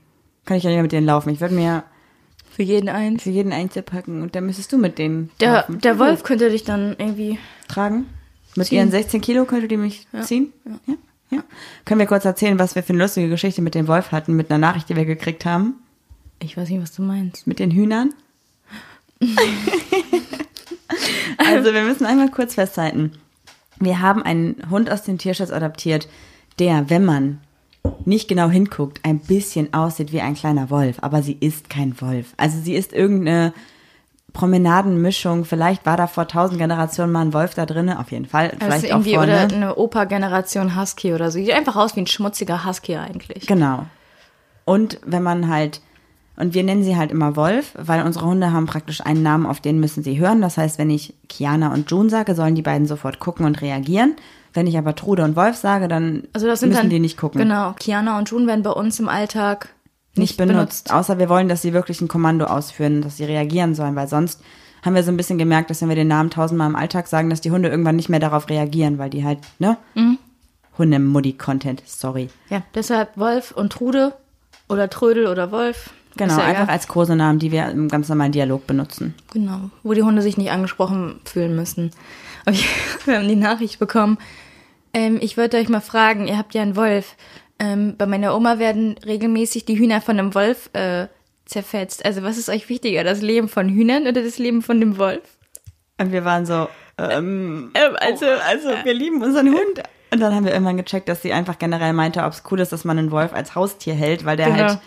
Kann ich ja nicht mehr mit denen laufen. Ich würde mir
Für jeden eins.
für jeden einzeln packen und dann müsstest du mit denen
Der,
laufen.
der Wolf könnte dich dann irgendwie.
tragen. Mit
Ziehen.
ihren 16 Kilo könnte die mich ziehen. Ja. Ja. Können wir kurz erzählen, was wir für eine lustige Geschichte mit dem Wolf hatten, mit einer Nachricht, die wir gekriegt haben,
Ich weiß nicht, was du meinst.
mit den Hühnern? also wir müssen einmal kurz festhalten. Wir haben einen Hund aus dem Tierschutz adoptiert, der, wenn man nicht genau hinguckt, ein bisschen aussieht wie ein kleiner Wolf, aber sie ist kein Wolf. Also sie ist irgendeine Promenadenmischung. Vielleicht war da vor tausend Generationen mal ein Wolf da drin, auf jeden Fall.
Das ist
Vielleicht auch
Also irgendwie
vorne.
oder eine Opa-Generation Husky oder so. Sieht einfach aus wie ein schmutziger Husky eigentlich.
Genau. Und wenn man halt, und wir nennen sie halt immer Wolf, weil unsere Hunde haben praktisch einen Namen, auf den müssen sie hören. Das heißt, wenn ich Kiana und June sage, sollen die beiden sofort gucken und reagieren. Wenn ich aber Trude und Wolf sage, dann
Also das sind
müssen
dann,
die nicht gucken.
Genau, Kiana und June werden bei uns im Alltag
Nicht benutzt. Außer wir wollen, dass sie wirklich ein Kommando ausführen, dass sie reagieren sollen, weil sonst haben wir so ein bisschen gemerkt, dass wenn wir den Namen tausendmal im Alltag sagen, dass die Hunde irgendwann nicht mehr darauf reagieren, weil die halt, ne?
Mhm.
Hunde-Muddy-Content, sorry.
Ja, deshalb Wolf und Trude oder Trödel oder Wolf.
Genau,
Ist ja
einfach
egal.
als Kosenamen, die wir im ganz normalen Dialog benutzen.
Genau, wo die Hunde sich nicht angesprochen fühlen müssen. Aber ich, wir haben die Nachricht bekommen. Ähm, ich wollte euch mal fragen, ihr habt ja einen Wolf. Ähm, bei meiner Oma werden regelmäßig die Hühner von einem Wolf äh, zerfetzt. Also was ist euch wichtiger, das Leben von Hühnern oder das Leben von dem Wolf?
Und wir waren so,
Ähm, also, äh,
also wir lieben unseren Hund. Und dann haben wir irgendwann gecheckt, dass sie einfach generell meinte, ob es cool ist, dass man einen Wolf als Haustier hält, weil der
Genau.
halt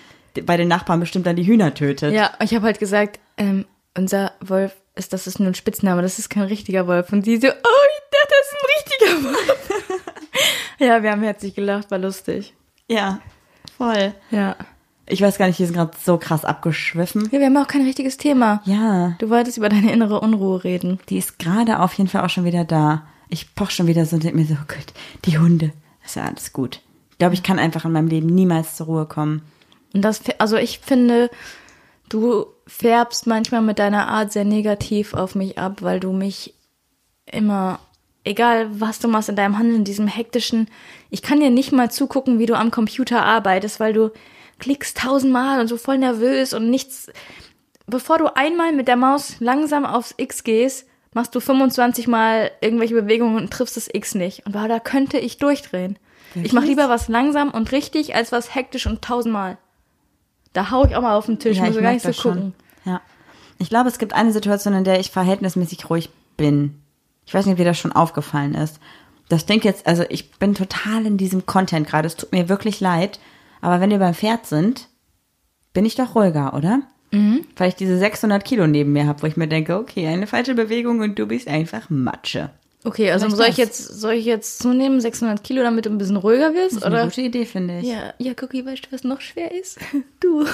bei den Nachbarn bestimmt dann die Hühner tötet.
ja, ich habe halt gesagt, ähm, unser Wolf ist, das ist nur ein Spitzname, das ist kein richtiger Wolf. Und sie so, oh, ich dachte, das ist ein richtiger Wolf. ja, wir haben herzlich gelacht, war lustig.
ja, voll.
Ja.
Ich weiß gar nicht, wir sind gerade so krass abgeschwiffen.
Ja, wir haben auch kein richtiges Thema.
Ja,
Du wolltest über deine innere Unruhe reden.
die ist gerade auf jeden Fall auch schon wieder da. Ich poch schon wieder so und denke mir so, oh Gott, die Hunde, ist ja alles gut. Ich glaube, ich kann einfach in meinem Leben niemals zur Ruhe kommen.
Und das, also ich finde, du färbst manchmal mit deiner Art sehr negativ auf mich ab, weil du mich immer, egal was du machst in deinem Handeln, in diesem hektischen, ich kann dir nicht mal zugucken, wie du am Computer arbeitest, weil du klickst tausendmal und so voll nervös und nichts. Bevor du einmal mit der Maus langsam aufs X gehst, machst du 25 Mal irgendwelche Bewegungen und triffst das X nicht. Und wow, da könnte ich durchdrehen. Ich mache lieber was langsam und richtig, als was hektisch und tausendmal. Da hau ich auch mal auf den Tisch, muss ich gar
merk
nicht so
das schon.
gucken.
Ja. Ich glaube, es gibt eine Situation, in der ich verhältnismäßig ruhig bin. Ich weiß nicht, ob dir das schon aufgefallen ist. Das klingt jetzt, also ich bin total in diesem Content gerade. Es tut mir wirklich leid. Aber wenn wir beim Pferd sind, bin ich doch ruhiger, oder? Mhm. Weil ich diese 600 Kilo neben mir habe, wo ich mir denke, okay, eine falsche Bewegung und du bist einfach Matsche.
Okay, also
Vielleicht
soll ich,
das.
jetzt, soll ich jetzt zunehmen, 600 Kilo, damit du ein bisschen ruhiger wirst?
Eine
Oder?
gute Idee, finde ich.
Ja, ja, Cookie, weißt du, was noch schwer ist? Du.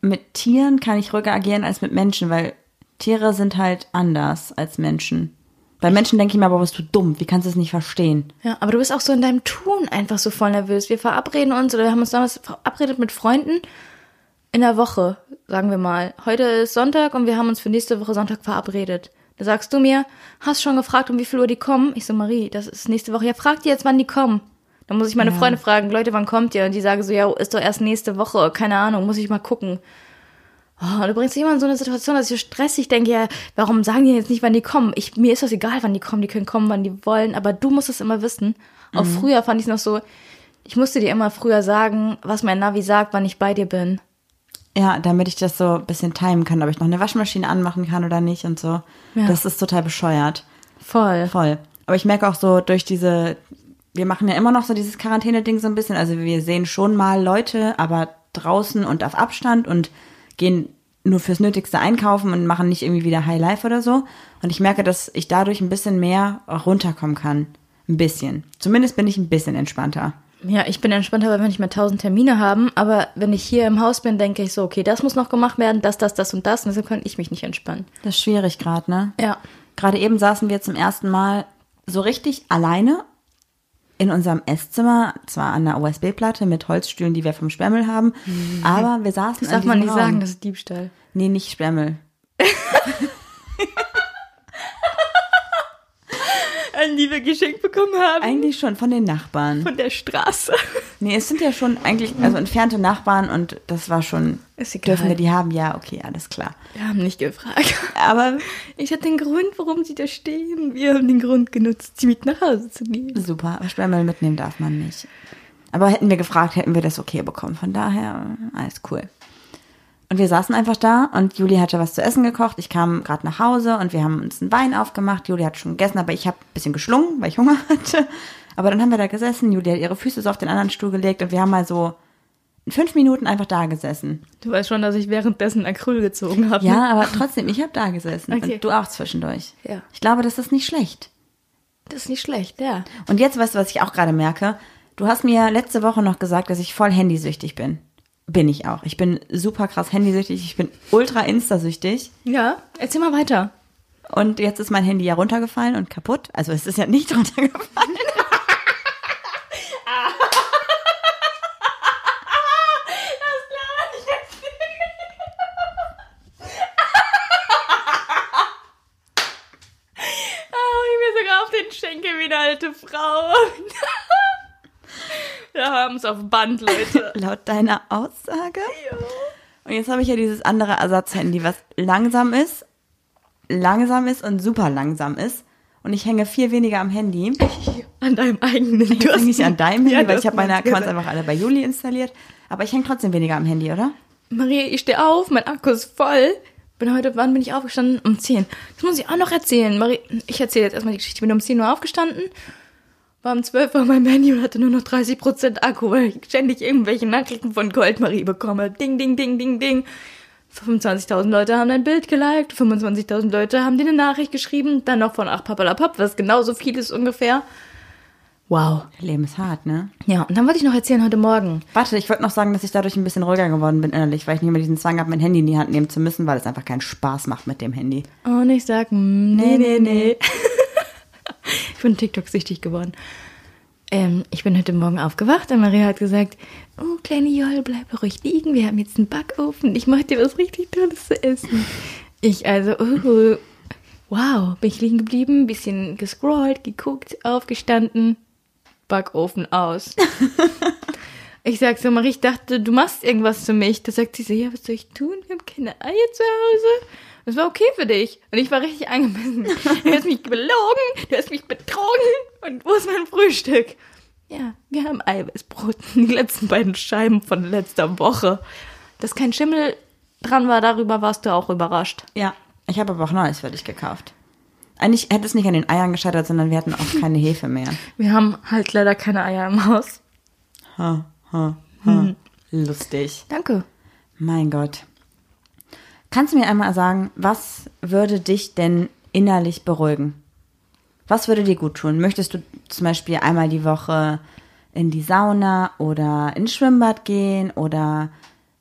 Mit Tieren kann ich ruhiger agieren als mit Menschen, weil Tiere sind halt anders als Menschen. Bei Menschen denke ich mir aber, bist du dumm? Wie kannst du es nicht verstehen?
Ja, aber du bist auch so in deinem Tun einfach so voll nervös. Wir verabreden uns oder wir haben uns damals verabredet mit Freunden in der Woche, sagen wir mal. Heute ist Sonntag und wir haben uns für nächste Woche Sonntag verabredet. Da sagst du mir, hast schon gefragt, um wie viel Uhr die kommen? Ich so, Marie, das ist nächste Woche. Ja, frag die jetzt, wann die kommen. Dann muss ich meine Freunde fragen, Leute, wann kommt ihr? Und die sagen so, ja, ist doch erst nächste Woche. Keine Ahnung, muss ich mal gucken. Oh, du bringst dich immer in so eine Situation, dass ich so stressig denke, ja, warum sagen die jetzt nicht, wann die kommen? Ich, mir ist das egal, wann die kommen, die können kommen, wann die wollen, aber du musst es immer wissen. Auch früher fand ich es noch so, ich musste dir immer früher sagen, was mein Navi sagt, wann ich bei dir bin.
Ja, damit ich das so ein bisschen timen kann, ob ich noch eine Waschmaschine anmachen kann oder nicht und so.
Ja.
Das ist total bescheuert.
Voll.
Voll. Aber ich merke auch so durch diese, wir machen ja immer noch so dieses Quarantäne-Ding so ein bisschen. Also wir sehen schon mal Leute, aber draußen und auf Abstand und gehen nur fürs Nötigste einkaufen und machen nicht irgendwie wieder High Life oder so. Und ich merke, dass ich dadurch ein bisschen mehr runterkommen kann. Ein bisschen. Zumindest bin ich ein bisschen entspannter.
Ja, ich bin entspannter, weil wir nicht mehr tausend Termine haben, aber wenn ich hier im Haus bin, denke ich so, okay, das muss noch gemacht werden, das, das, das und das, und deshalb könnte ich mich nicht entspannen.
Das ist schwierig gerade, ne?
Ja.
Gerade eben saßen wir zum ersten Mal so richtig alleine in unserem Esszimmer, zwar an der OSB-Platte mit Holzstühlen, die wir vom Sperrmel haben, aber wir saßen
Mhm. Das darf man nicht
Raum.
sagen, das ist Diebstahl.
Nee, nicht Sperrmel.
An die wir geschenkt bekommen haben.
Eigentlich schon von den Nachbarn.
Von der Straße.
Nee, es sind ja schon eigentlich, also entfernte Nachbarn und das war schon,
Ist egal.
dürfen wir die haben? Ja, okay, alles klar.
Wir haben nicht gefragt.
Aber
Ich hatte den Grund, warum sie da stehen. Wir haben den Grund genutzt, sie mit nach Hause zu nehmen.
super, aber Sperrmel mitnehmen darf man nicht. Aber hätten wir gefragt, hätten wir das okay bekommen. Von daher, alles cool. Und wir saßen einfach da und Juli hatte was zu essen gekocht. Ich kam gerade nach Hause und wir haben uns einen Wein aufgemacht. Juli hat schon gegessen, aber ich habe ein bisschen geschlungen, weil ich Hunger hatte. Aber dann haben wir da gesessen. Juli hat ihre Füße so auf den anderen Stuhl gelegt und wir haben mal so in fünf Minuten einfach da gesessen.
Du weißt schon, dass ich währenddessen Acryl gezogen habe.
Ja, aber trotzdem, ich habe da gesessen
Okay.
und du auch zwischendurch.
Ja.
Ich glaube, das ist nicht schlecht.
Das ist nicht schlecht, ja.
Und jetzt weißt du, was ich auch gerade merke? Du hast mir letzte Woche noch gesagt, dass ich voll handysüchtig bin. Bin ich auch. Ich bin super krass handysüchtig. Ich bin ultra instasüchtig.
Ja, erzähl mal weiter.
Und jetzt ist mein Handy ja runtergefallen und kaputt. Also es ist ja nicht runtergefallen.
Ah, mir sogar auf den Schenkel wie eine alte Frau. Wir haben es auf Band, Leute.
Laut deiner Aussage. Und jetzt habe ich ja dieses andere Ersatzhandy, was langsam ist, langsam ist und super langsam ist. Und ich hänge viel weniger am Handy.
An deinem eigenen
Jetzt hänge ich an deinem Handy,
Ja,
weil
du
ich habe
hast
meine
mir das
Accounts einfach alle bei Juli installiert. Aber ich hänge trotzdem weniger am Handy, oder?
Maria, ich stehe auf, mein Akku ist voll. Bin heute, wann bin ich aufgestanden? Um 10. Das muss ich auch noch erzählen. Maria, ich erzähle jetzt erstmal die Geschichte. Ich bin um 10 Uhr aufgestanden, war um 12 Uhr mein Handy und hatte nur noch 30% Akku, weil ich ständig irgendwelche Nachrichten von Goldmarie bekomme. Ding, ding, ding, ding, ding. 25.000 Leute haben ein Bild geliked, 25.000 Leute haben dir eine Nachricht geschrieben, dann noch von Ach Papalapap, was genauso viel ist ungefähr. Wow.
Leben ist hart, ne?
Ja, und dann wollte ich noch erzählen heute Morgen.
Warte, ich wollte noch sagen, dass ich dadurch ein bisschen ruhiger geworden bin innerlich, weil ich nicht mehr diesen Zwang habe, mein Handy in die Hand nehmen zu müssen, weil es einfach keinen Spaß macht mit dem Handy.
Und ich sag, mm, nee, nee, nee. ich bin TikTok-süchtig geworden. Ähm, ich bin heute Morgen aufgewacht und Maria hat gesagt, oh, kleine Joll, bleib ruhig liegen, wir haben jetzt einen Backofen, ich mache dir was richtig Tolles zu essen. Ich also, oh, wow, bin ich liegen geblieben, bisschen gescrollt, geguckt, aufgestanden, Backofen aus. Ich sag so, Marie, ich dachte, du machst irgendwas für mich. Da sagt sie so, ja, was soll ich tun? Wir haben keine Eier zu Hause. Das war okay für dich. Und ich war richtig angemessen. Du hast mich belogen, du hast mich betrogen. Und wo ist mein Frühstück? Ja, wir haben Eiweißbrot. Die letzten beiden Scheiben von letzter Woche. Dass kein Schimmel dran war, darüber warst du auch überrascht.
Ja. Ich habe aber auch Neues für dich gekauft. Eigentlich hätte es nicht an den Eiern gescheitert, sondern wir hatten auch keine Hefe mehr.
Wir haben halt leider keine Eier im Haus.
Ha, ha, ha. Hm. Lustig.
Danke.
Mein Gott. Kannst du mir einmal sagen, was würde dich denn innerlich beruhigen? Was würde dir gut tun? Möchtest du zum Beispiel einmal die Woche in die Sauna oder ins Schwimmbad gehen oder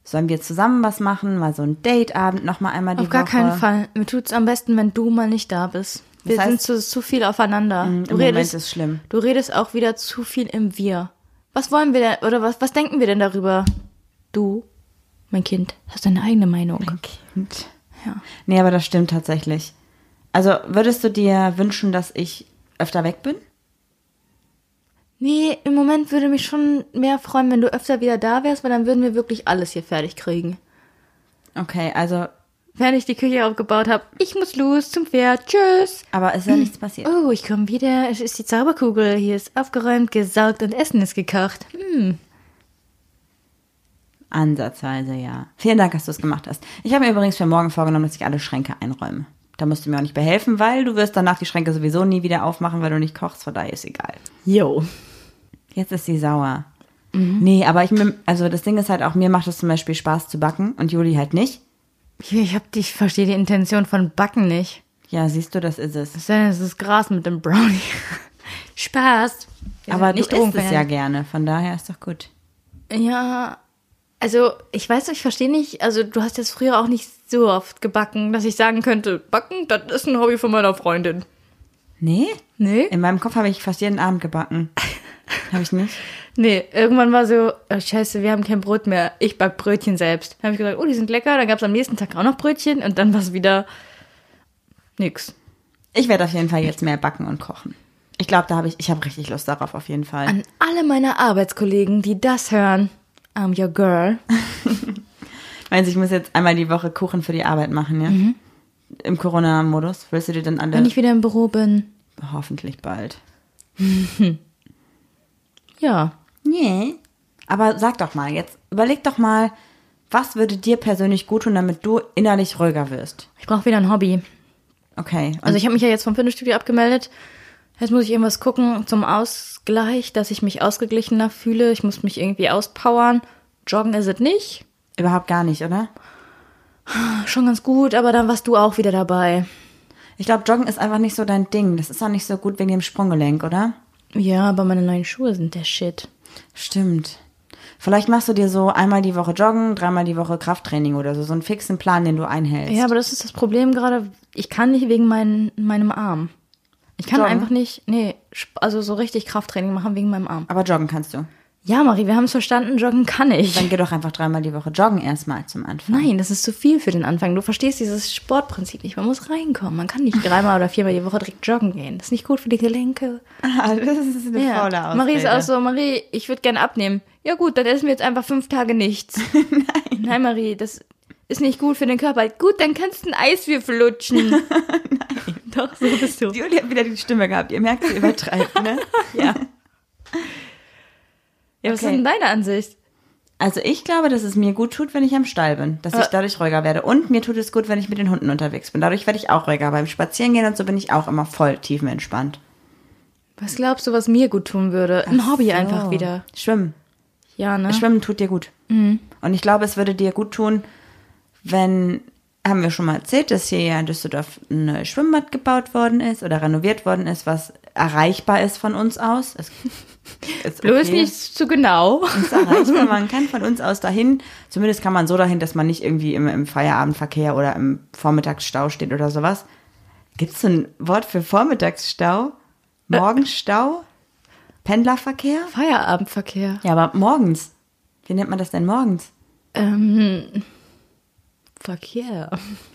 sollen wir zusammen was machen? Mal so ein Dateabend nochmal einmal die
Auf gar
Woche?
keinen Fall. Mir tut's am besten, wenn du mal nicht da bist. Wir
Das heißt-
sind zu, zu viel aufeinander.
Im Moment ist es schlimm.
Du redest auch wieder zu viel im Wir. Was wollen wir denn, oder was, was denken wir denn darüber? Du, mein Kind, hast deine eigene Meinung.
Mein Kind.
Ja.
Nee, aber das stimmt tatsächlich. Also würdest du dir wünschen, dass ich öfter weg bin?
Nee, im Moment würde mich schon mehr freuen, wenn du öfter wieder da wärst, weil dann würden wir wirklich alles hier fertig kriegen.
Okay, also,
Während ich die Küche aufgebaut habe, ich muss los zum Pferd. Tschüss.
aber ist ja nichts passiert.
Oh, ich komme wieder. Es ist die Zauberkugel. Hier ist aufgeräumt, gesaugt und Essen ist gekocht. Hm.
Ansatzweise, ja. Vielen Dank, dass du es gemacht hast. Ich habe mir übrigens für morgen vorgenommen, dass ich alle Schränke einräume. Da musst du mir auch nicht behelfen, weil du wirst danach die Schränke sowieso nie wieder aufmachen, weil du nicht kochst, von daher ist egal.
Yo.
Jetzt ist sie sauer. Nee, aber ich, mir- also das Ding ist halt auch, mir macht es zum Beispiel Spaß zu backen und Juli halt nicht.
Ich, ich, hab, die- ich verstehe die Intention von Backen nicht.
Ja, siehst du, das ist es.
Was denn? Es ist Gras mit dem Brownie. Spaß. Wir
Aber
sind
du isst es
Drogenfan.
ja gerne, von daher ist doch gut.
Ja, also ich weiß, ich verstehe nicht. Also du hast jetzt früher auch nicht so oft gebacken, dass ich sagen könnte, backen, das ist ein Hobby von meiner Freundin. Ähm.
Nee?
Nee?
In meinem Kopf habe ich fast jeden Abend gebacken. habe ich nicht?
Nee, irgendwann war so, oh, scheiße, wir haben kein Brot mehr. Ich back Brötchen selbst. Dann habe ich gesagt, oh, die sind lecker. Dann gab es am nächsten Tag auch noch Brötchen und dann war es wieder nix.
Ich werde auf jeden Fall jetzt mehr backen und kochen. Ich glaube, da habe ich, ich habe richtig Lust darauf, auf jeden Fall.
An alle meine Arbeitskollegen, die das hören, I'm your girl.
Meinst du, ich muss jetzt einmal die Woche Kuchen für die Arbeit machen, ja? Im Corona-Modus? Willst du dir dann alle?
Mhm. Wenn ich wieder im Büro bin,
Hoffentlich bald.
ja,
Nee. Aber sag doch mal, jetzt überleg doch mal, was würde dir persönlich gut tun, damit du innerlich ruhiger wirst?
ich brauche wieder ein Hobby.
Okay. Und
Also ich habe mich ja jetzt vom Fitnessstudio abgemeldet. Jetzt muss ich irgendwas gucken zum Ausgleich, dass ich mich ausgeglichener fühle. Ich muss mich irgendwie auspowern. Joggen ist es nicht.
überhaupt gar nicht, oder?
Schon ganz gut, aber dann warst du auch wieder dabei.
Ich glaube, Joggen ist einfach nicht so dein Ding. Das ist auch nicht so gut wegen dem Sprunggelenk, oder?
Ja, aber meine neuen Schuhe sind der Shit.
Stimmt. Vielleicht machst du dir so einmal die Woche Joggen, dreimal die Woche Krafttraining oder so, so einen fixen Plan, den du einhältst.
Ja, aber das ist das Problem gerade. Ich kann nicht wegen mein, meinem Arm. Ich kann
Joggen?
einfach nicht, nee, sp- also so richtig Krafttraining machen wegen meinem Arm.
aber joggen kannst du.
Ja, Marie, wir haben es verstanden, joggen kann
Dann
ich.
geh doch einfach dreimal die Woche joggen erstmal zum Anfang.
Nein, das ist zu viel für den Anfang. Du verstehst dieses Sportprinzip nicht. Man muss reinkommen. Man kann nicht dreimal oder viermal die Woche direkt joggen gehen. Das ist nicht gut für die Gelenke.
Ah, das ist eine
Ja.
faule Ausrede.
Marie ist auch so, Marie, ich würde gerne abnehmen. Ja gut, dann essen wir jetzt einfach fünf Tage nichts. Nein. Nein, Marie, das ist nicht gut für den Körper. Gut, dann kannst du einen Eiswürfel lutschen. Nein. Doch, so bist du.
Juli hat wieder die Stimme gehabt. Ihr merkt, sie übertreibt, ne?
Ja. Ja, was ist
Okay.
denn deine Ansicht?
Also ich glaube, dass es mir gut tut, wenn ich am Stall bin, dass ich
Aber-
dadurch ruhiger werde. Und mir tut es gut, wenn ich mit den Hunden unterwegs bin. Dadurch werde ich auch ruhiger. Beim Spazierengehen und so bin ich auch immer voll tiefenentspannt.
Was glaubst du, was mir gut tun würde? Ein Hobby
So.
einfach wieder.
Schwimmen.
Ja, Mhm. ne?
Schwimmen tut dir gut. Und ich glaube, es würde dir gut tun, wenn, haben wir schon mal erzählt, dass hier ja in Düsseldorf ein neues Schwimmbad gebaut worden ist oder renoviert worden ist, was erreichbar ist von uns aus. Es, ist
Bloß
okay.
nicht zu genau.
ist erreichbar. Man kann von uns aus dahin, zumindest kann man so dahin, dass man nicht irgendwie im, im Feierabendverkehr oder im Vormittagsstau steht oder sowas. Gibt es ein Wort für Vormittagsstau?
Äh.
Morgenstau? Pendlerverkehr?
Feierabendverkehr.
Ja, aber morgens. Wie nennt man das denn morgens?
Ähm, Verkehr.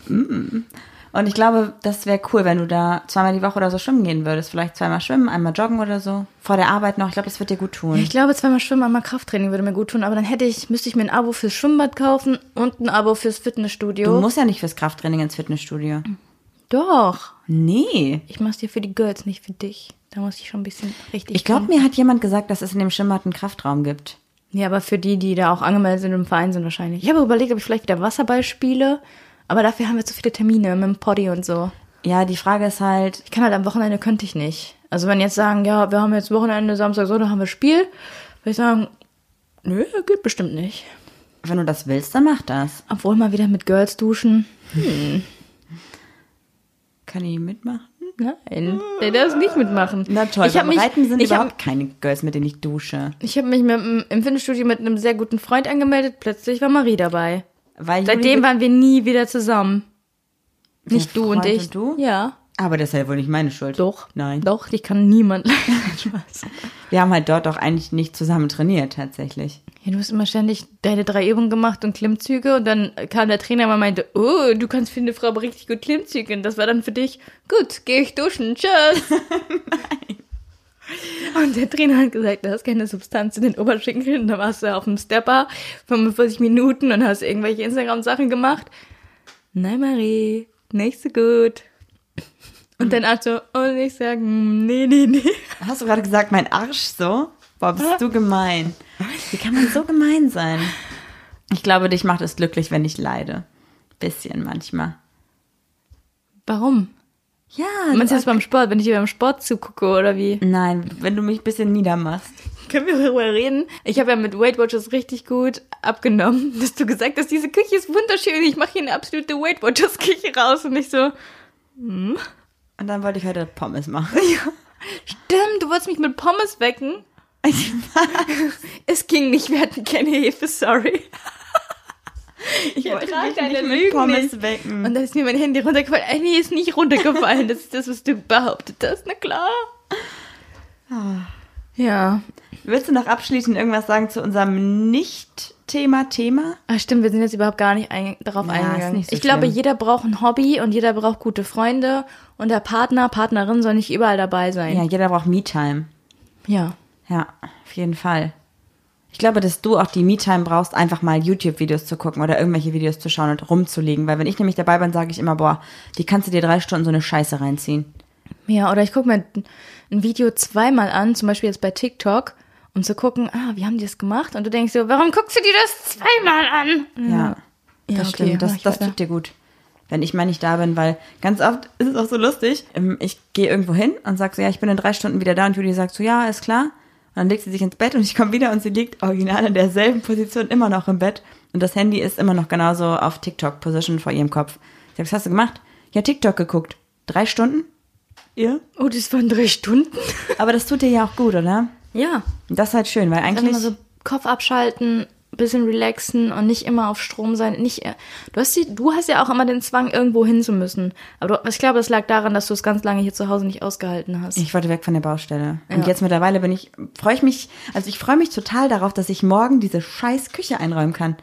Und ich glaube, das wäre cool, wenn du da zweimal die Woche oder so schwimmen gehen würdest. Vielleicht zweimal schwimmen, einmal joggen oder so. Vor der Arbeit noch. Ich glaube, das wird dir gut tun.
Ich glaube, zweimal Schwimmen, einmal Krafttraining würde mir gut tun, aber dann hätte ich, müsste ich mir ein Abo fürs Schwimmbad kaufen und ein Abo fürs
du
Fitnessstudio.
musst ja nicht fürs Krafttraining ins Fitnessstudio.
Doch.
Nee.
Ich mach's dir für die Girls, nicht für dich. Da muss ich schon ein bisschen richtig.
Ich glaube, mir hat jemand gesagt, dass es in dem Schwimmbad einen Kraftraum gibt.
Ja, aber für die, die da auch angemeldet sind im Verein sind wahrscheinlich. Ich habe überlegt, ob ich vielleicht wieder Wasserball spiele, aber dafür haben wir zu viele Termine mit dem Poddy und so.
Ja, die Frage ist halt,
Ich kann halt am Wochenende könnte ich nicht. Also wenn jetzt sagen, ja, wir haben jetzt Wochenende, Samstag, Sonntag haben wir Spiel, würde ich sagen, nö, geht bestimmt nicht.
wenn du das willst, dann mach das.
Obwohl mal wieder mit Girls duschen.
Kann ich mitmachen?
Nein, der darf nicht mitmachen.
Na toll,
ich hab
beim
mich,
Reiten sind
ich
überhaupt
Hab,
keine Girls, mit denen ich dusche.
ich habe mich mit, einem- im Fitnessstudio mit einem sehr guten Freund angemeldet. Plötzlich war Marie dabei.
Weil Juli-
Seitdem waren wir nie wieder zusammen. Nicht du und
Freund
ich.
und du?
Ja.
Aber das ist ja wohl nicht meine Schuld.
Doch.
Nein.
Doch, ich kann niemand. Spaß.
Wir haben halt dort auch eigentlich nicht zusammen trainiert, tatsächlich.
Ja, du hast immer ständig deine drei Übungen gemacht und Klimmzüge und dann kam der Trainer und meinte, oh, du kannst für eine Frau aber richtig gut Klimmzüge und das war dann für dich, gut, gehe ich duschen, tschüss. Und der Trainer hat gesagt, du hast keine Substanz in den Oberschenkeln. Und dann warst du auf dem Stepper 45 Minuten und hast irgendwelche Instagram-Sachen gemacht. Nein, Marie, nicht so gut. Und dann Arzt so, und ich sage, nee, nee, nee.
Hast du gerade gesagt, mein Arsch so? Boah, bist du gemein. Wie kann man so gemein sein? Ich glaube, dich macht es glücklich, wenn ich leide. Bisschen manchmal.
Warum?
Ja,
Man ist jetzt beim Sport, wenn ich dir beim Sport zugucke oder wie?
Nein, wenn du mich ein bisschen niedermachst.
Können wir darüber reden? Ich habe ja mit Weight Watchers richtig gut abgenommen, dass du gesagt hast, diese Küche ist wunderschön, ich mache hier eine absolute Weight Watchers Küche raus und ich so,
Und dann wollte ich heute Pommes machen.
stimmt, du wolltest mich mit Pommes wecken? Es ging nicht, wir hatten keine Hefe, sorry. Ich
wollte
ertrag
dich
deine
nicht mit
Lügen
Pommes wecken.
Und da ist mir mein Handy runtergefallen. Äh, nee, ist nicht runtergefallen. Das ist das, was du behauptet hast. Na klar. Ja.
Willst du noch abschließend irgendwas sagen zu unserem Nicht-Thema-Thema?
Ach Ah, stimmt, wir sind jetzt überhaupt gar nicht ein, darauf
Ja, ist
eingegangen.
nicht so
ich glaube,
schlimm.
jeder braucht ein Hobby und jeder braucht gute Freunde und der Partner, Partnerin soll nicht überall dabei
Ja,
sein.
jeder braucht Me-Time.
Ja.
Ja, auf jeden Fall. Ich glaube, dass du auch die Me-Time brauchst, einfach mal YouTube-Videos zu gucken oder irgendwelche Videos zu schauen und rumzulegen. Weil wenn ich nämlich dabei bin, sage ich immer, boah, wie kannst du dir drei Stunden so eine Scheiße reinziehen?
Ja, oder ich gucke mir ein Video zweimal an, zum Beispiel jetzt bei TikTok, um zu gucken, ah, wie haben die das gemacht? Und du denkst so, warum guckst du dir das zweimal an?
Ja,
Ja,
das
okay,
stimmt.
mach
Das,
ich
das
weiter.
tut dir gut. Wenn ich mal nicht da bin, weil ganz oft ist es auch so lustig. ähm, Ich gehe irgendwo hin und sag so, ja, ich bin in drei Stunden wieder da und Julie sagt so, ja, ist klar. Und dann legt sie sich ins Bett und ich komme wieder und sie liegt original in derselben Position immer noch im Bett und das Handy ist immer noch genauso auf TikTok-Position vor ihrem Kopf. Ich sag, was hast du gemacht? Ja, TikTok geguckt. Drei Stunden? Ja.
Oh, das waren drei Stunden?
Aber das tut dir ja auch gut, oder?
ja.
Und Das ist halt schön, weil
Einfach
eigentlich
mal so Kopf abschalten, bisschen relaxen und nicht immer auf Strom sein. Nicht, e- du, hast die, du hast ja auch immer den Zwang, irgendwo hin zu müssen. Aber du, ich glaube, das lag daran, dass du es ganz lange hier zu Hause nicht ausgehalten hast.
Ich wollte weg von der Baustelle.
Ja.
Und jetzt mittlerweile bin ich, freue ich mich, also ich freue mich total darauf, dass ich morgen diese scheiß Küche einräumen kann.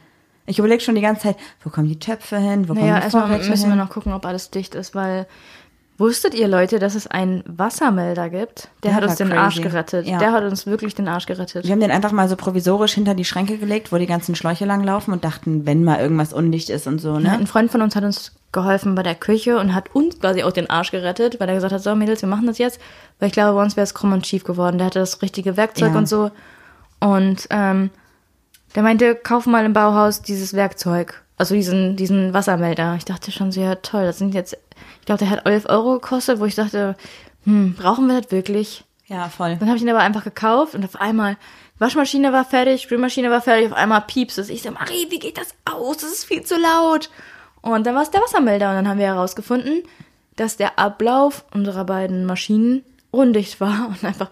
Ich überlege schon die ganze Zeit, wo kommen die Töpfe hin, wo
naja,
kommen die
erstmal
Vorräte
müssen wir
hin?
noch gucken, ob alles dicht ist, weil wusstet ihr Leute, dass es einen Wassermelder gibt? Der
Der
hat uns
war
den
crazy.
Arsch gerettet.
Ja.
Der hat uns wirklich den Arsch gerettet.
Wir haben den einfach mal so provisorisch hinter die Schränke gelegt, wo die ganzen Schläuche langlaufen und dachten, wenn mal irgendwas undicht ist und so, ne?
Ein Freund von uns hat uns geholfen bei der Küche und hat uns quasi auch den Arsch gerettet, weil er gesagt hat, so Mädels, wir machen das jetzt. Weil ich glaube, bei uns wäre es krumm und schief geworden. Der hatte das richtige Werkzeug
Ja.
und so. Und ähm, der meinte, kauf mal im Bauhaus dieses Werkzeug. Also diesen, diesen Wassermelder. Ich dachte schon so, ja toll, das sind jetzt, ich glaube, der hat 11 Euro gekostet, wo ich dachte, hm, brauchen wir das wirklich?
Ja, voll.
Dann habe ich ihn aber einfach gekauft und auf einmal Waschmaschine war fertig, Spülmaschine war fertig, auf einmal piepst es. Ich sag, Marie, wie geht das aus? Das ist viel zu laut. Und dann war es der Wassermelder und dann haben wir herausgefunden, dass der Ablauf unserer beiden Maschinen undicht war und einfach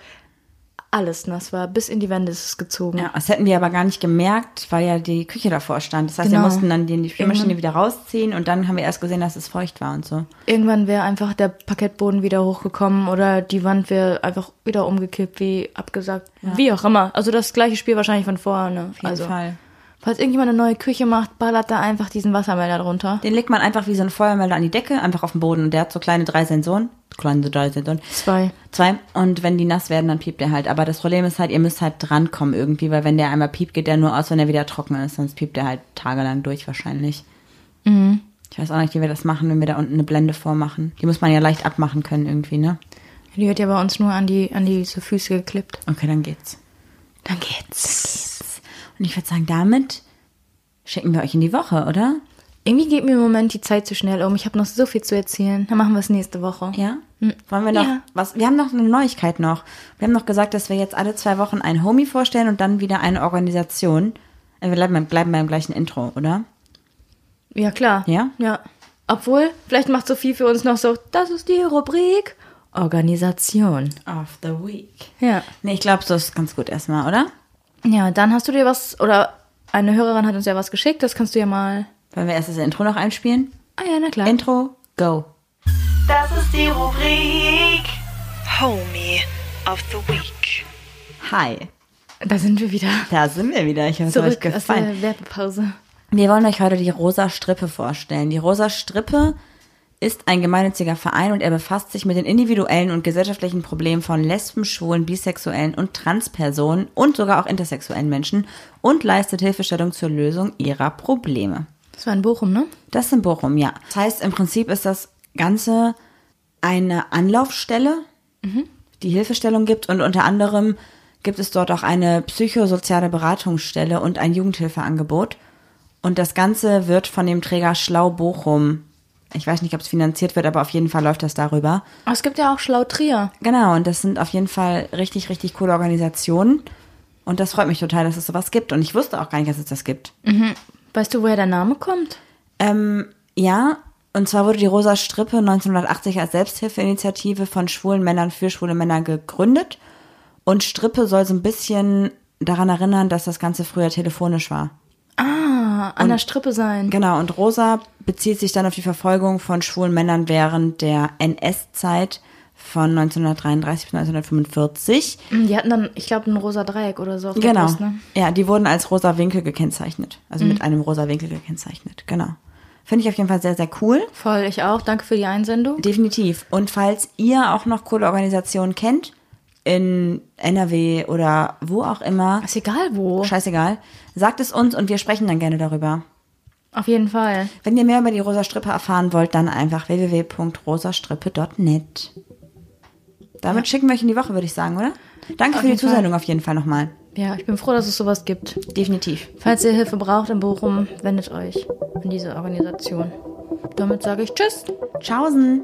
alles nass war. Bis in die Wände ist es gezogen.
Ja, das hätten wir aber gar nicht gemerkt, weil ja die Küche davor stand. Das heißt,
Genau.
wir mussten dann die die Spülmaschine
Irgendwann-
wieder rausziehen und dann haben wir erst gesehen, dass es feucht war und so.
Irgendwann wäre einfach der Parkettboden wieder hochgekommen oder die Wand wäre einfach wieder umgekippt, wie abgesagt. Wie auch immer. Also das gleiche Spiel wahrscheinlich von vorne.
Auf jeden
also.
Fall.
Falls irgendjemand eine neue Küche macht, ballert da einfach diesen Wassermelder drunter.
Den legt man einfach wie so einen Feuermelder an die Decke, einfach auf den Boden. Und der hat so kleine drei Sensoren. Kleine drei Sensoren.
Zwei.
Zwei. Und wenn die nass werden, dann piept der halt. Aber das Problem ist halt, ihr müsst halt drankommen irgendwie, weil wenn der einmal piept, geht der nur aus, wenn er wieder trocken ist. Sonst piept der halt tagelang durch wahrscheinlich. Ich weiß auch nicht, wie wir das machen, wenn wir da unten eine Blende vormachen. Die muss man ja leicht abmachen können irgendwie, ne?
Die wird ja bei uns nur an die, an die so Füße geklippt.
Okay, dann geht's.
Dann geht's.
Und ich würde sagen, damit schicken wir euch in die Woche, oder?
Irgendwie geht mir im Moment die Zeit zu schnell um. Ich habe noch so viel zu erzählen. Dann machen wir es nächste Woche.
Ja? Wollen wir noch
Hm. Ja.
was? Wir haben noch eine Neuigkeit noch. Wir haben noch gesagt, dass wir jetzt alle zwei Wochen einen Homie vorstellen und dann wieder eine Organisation. Äh, Wir bleiben, beim- bleiben beim gleichen Intro, oder?
Ja, klar.
Ja?
Ja. Obwohl, vielleicht macht Sophie für uns noch so, das ist die Rubrik Organisation.
Of the Week.
Ja.
Nee, ich glaube, so ist ganz gut erstmal, oder?
Ja, dann hast du dir was, oder eine Hörerin hat uns ja was geschickt, das kannst du ja mal.
Wollen wir erst das Intro noch einspielen?
Ah ja, na klar.
Intro, go.
Das ist die Rubrik Homie of the Week.
Hi,
da sind wir wieder.
da sind wir wieder. Ich hoffe, es hat euch
Zurück aus
gefallen.
der Werbepause.
Wir wollen euch heute die Rosa Strippe vorstellen. Die Rosa Strippe ist ein gemeinnütziger Verein und er befasst sich mit den individuellen und gesellschaftlichen Problemen von Lesben, Schwulen, Bisexuellen und Transpersonen und sogar auch intersexuellen Menschen und leistet Hilfestellung zur Lösung ihrer Probleme.
Das war in Bochum, ne?
Das ist in Bochum, ja. Das heißt, im Prinzip ist das Ganze eine Anlaufstelle, die Hilfestellung gibt und unter anderem gibt es dort auch eine psychosoziale Beratungsstelle und ein Jugendhilfeangebot. Und das Ganze wird von dem Träger Schlau Bochum, ich weiß nicht, ob es finanziert wird, aber auf jeden Fall läuft das darüber.
Oh, es gibt ja auch Schlau Trier.
Genau, und das sind auf jeden Fall richtig, richtig coole Organisationen. Und das freut mich total, dass es sowas gibt. Und ich wusste auch gar nicht, dass es das gibt.
Weißt du, woher der Name kommt?
Ähm, ja, und zwar wurde die Rosa Strippe 1980 als Selbsthilfeinitiative von schwulen Männern für schwule Männer gegründet. Und Strippe soll so ein bisschen daran erinnern, dass das Ganze früher telefonisch war.
Ah, an der Strippe sein.
Genau, und Rosa bezieht sich dann auf die Verfolgung von schwulen Männern während der NS-Zeit von 1933 bis 1945.
Hm, Die hatten dann, ich glaube, ein rosa Dreieck oder so. Auf der
Genau.
Brust, ne? Mhm.
Ja, die wurden als rosa Winkel gekennzeichnet. Also mit einem rosa Winkel gekennzeichnet. Genau. Finde ich auf jeden Fall sehr, sehr cool.
Voll, ich auch. Danke für die Einsendung.
Definitiv. Und falls ihr auch noch coole Organisationen kennt, in NRW oder wo auch immer,
Ist egal wo.
scheißegal, sagt es uns und wir sprechen dann gerne darüber.
Auf jeden Fall.
Wenn ihr mehr über die Rosa Strippe erfahren wollt, dann einfach www.rosastrippe.net. Damit schicken wir euch in die Woche, würde ich sagen, oder? Danke für die
jeden Fall.
Zusendung auf jeden Fall nochmal.
Ja, ich bin froh, dass es sowas gibt.
Definitiv.
Falls ihr Hilfe braucht in Bochum, wendet euch an diese Organisation. Damit sage ich Tschüss.
Tschaußen!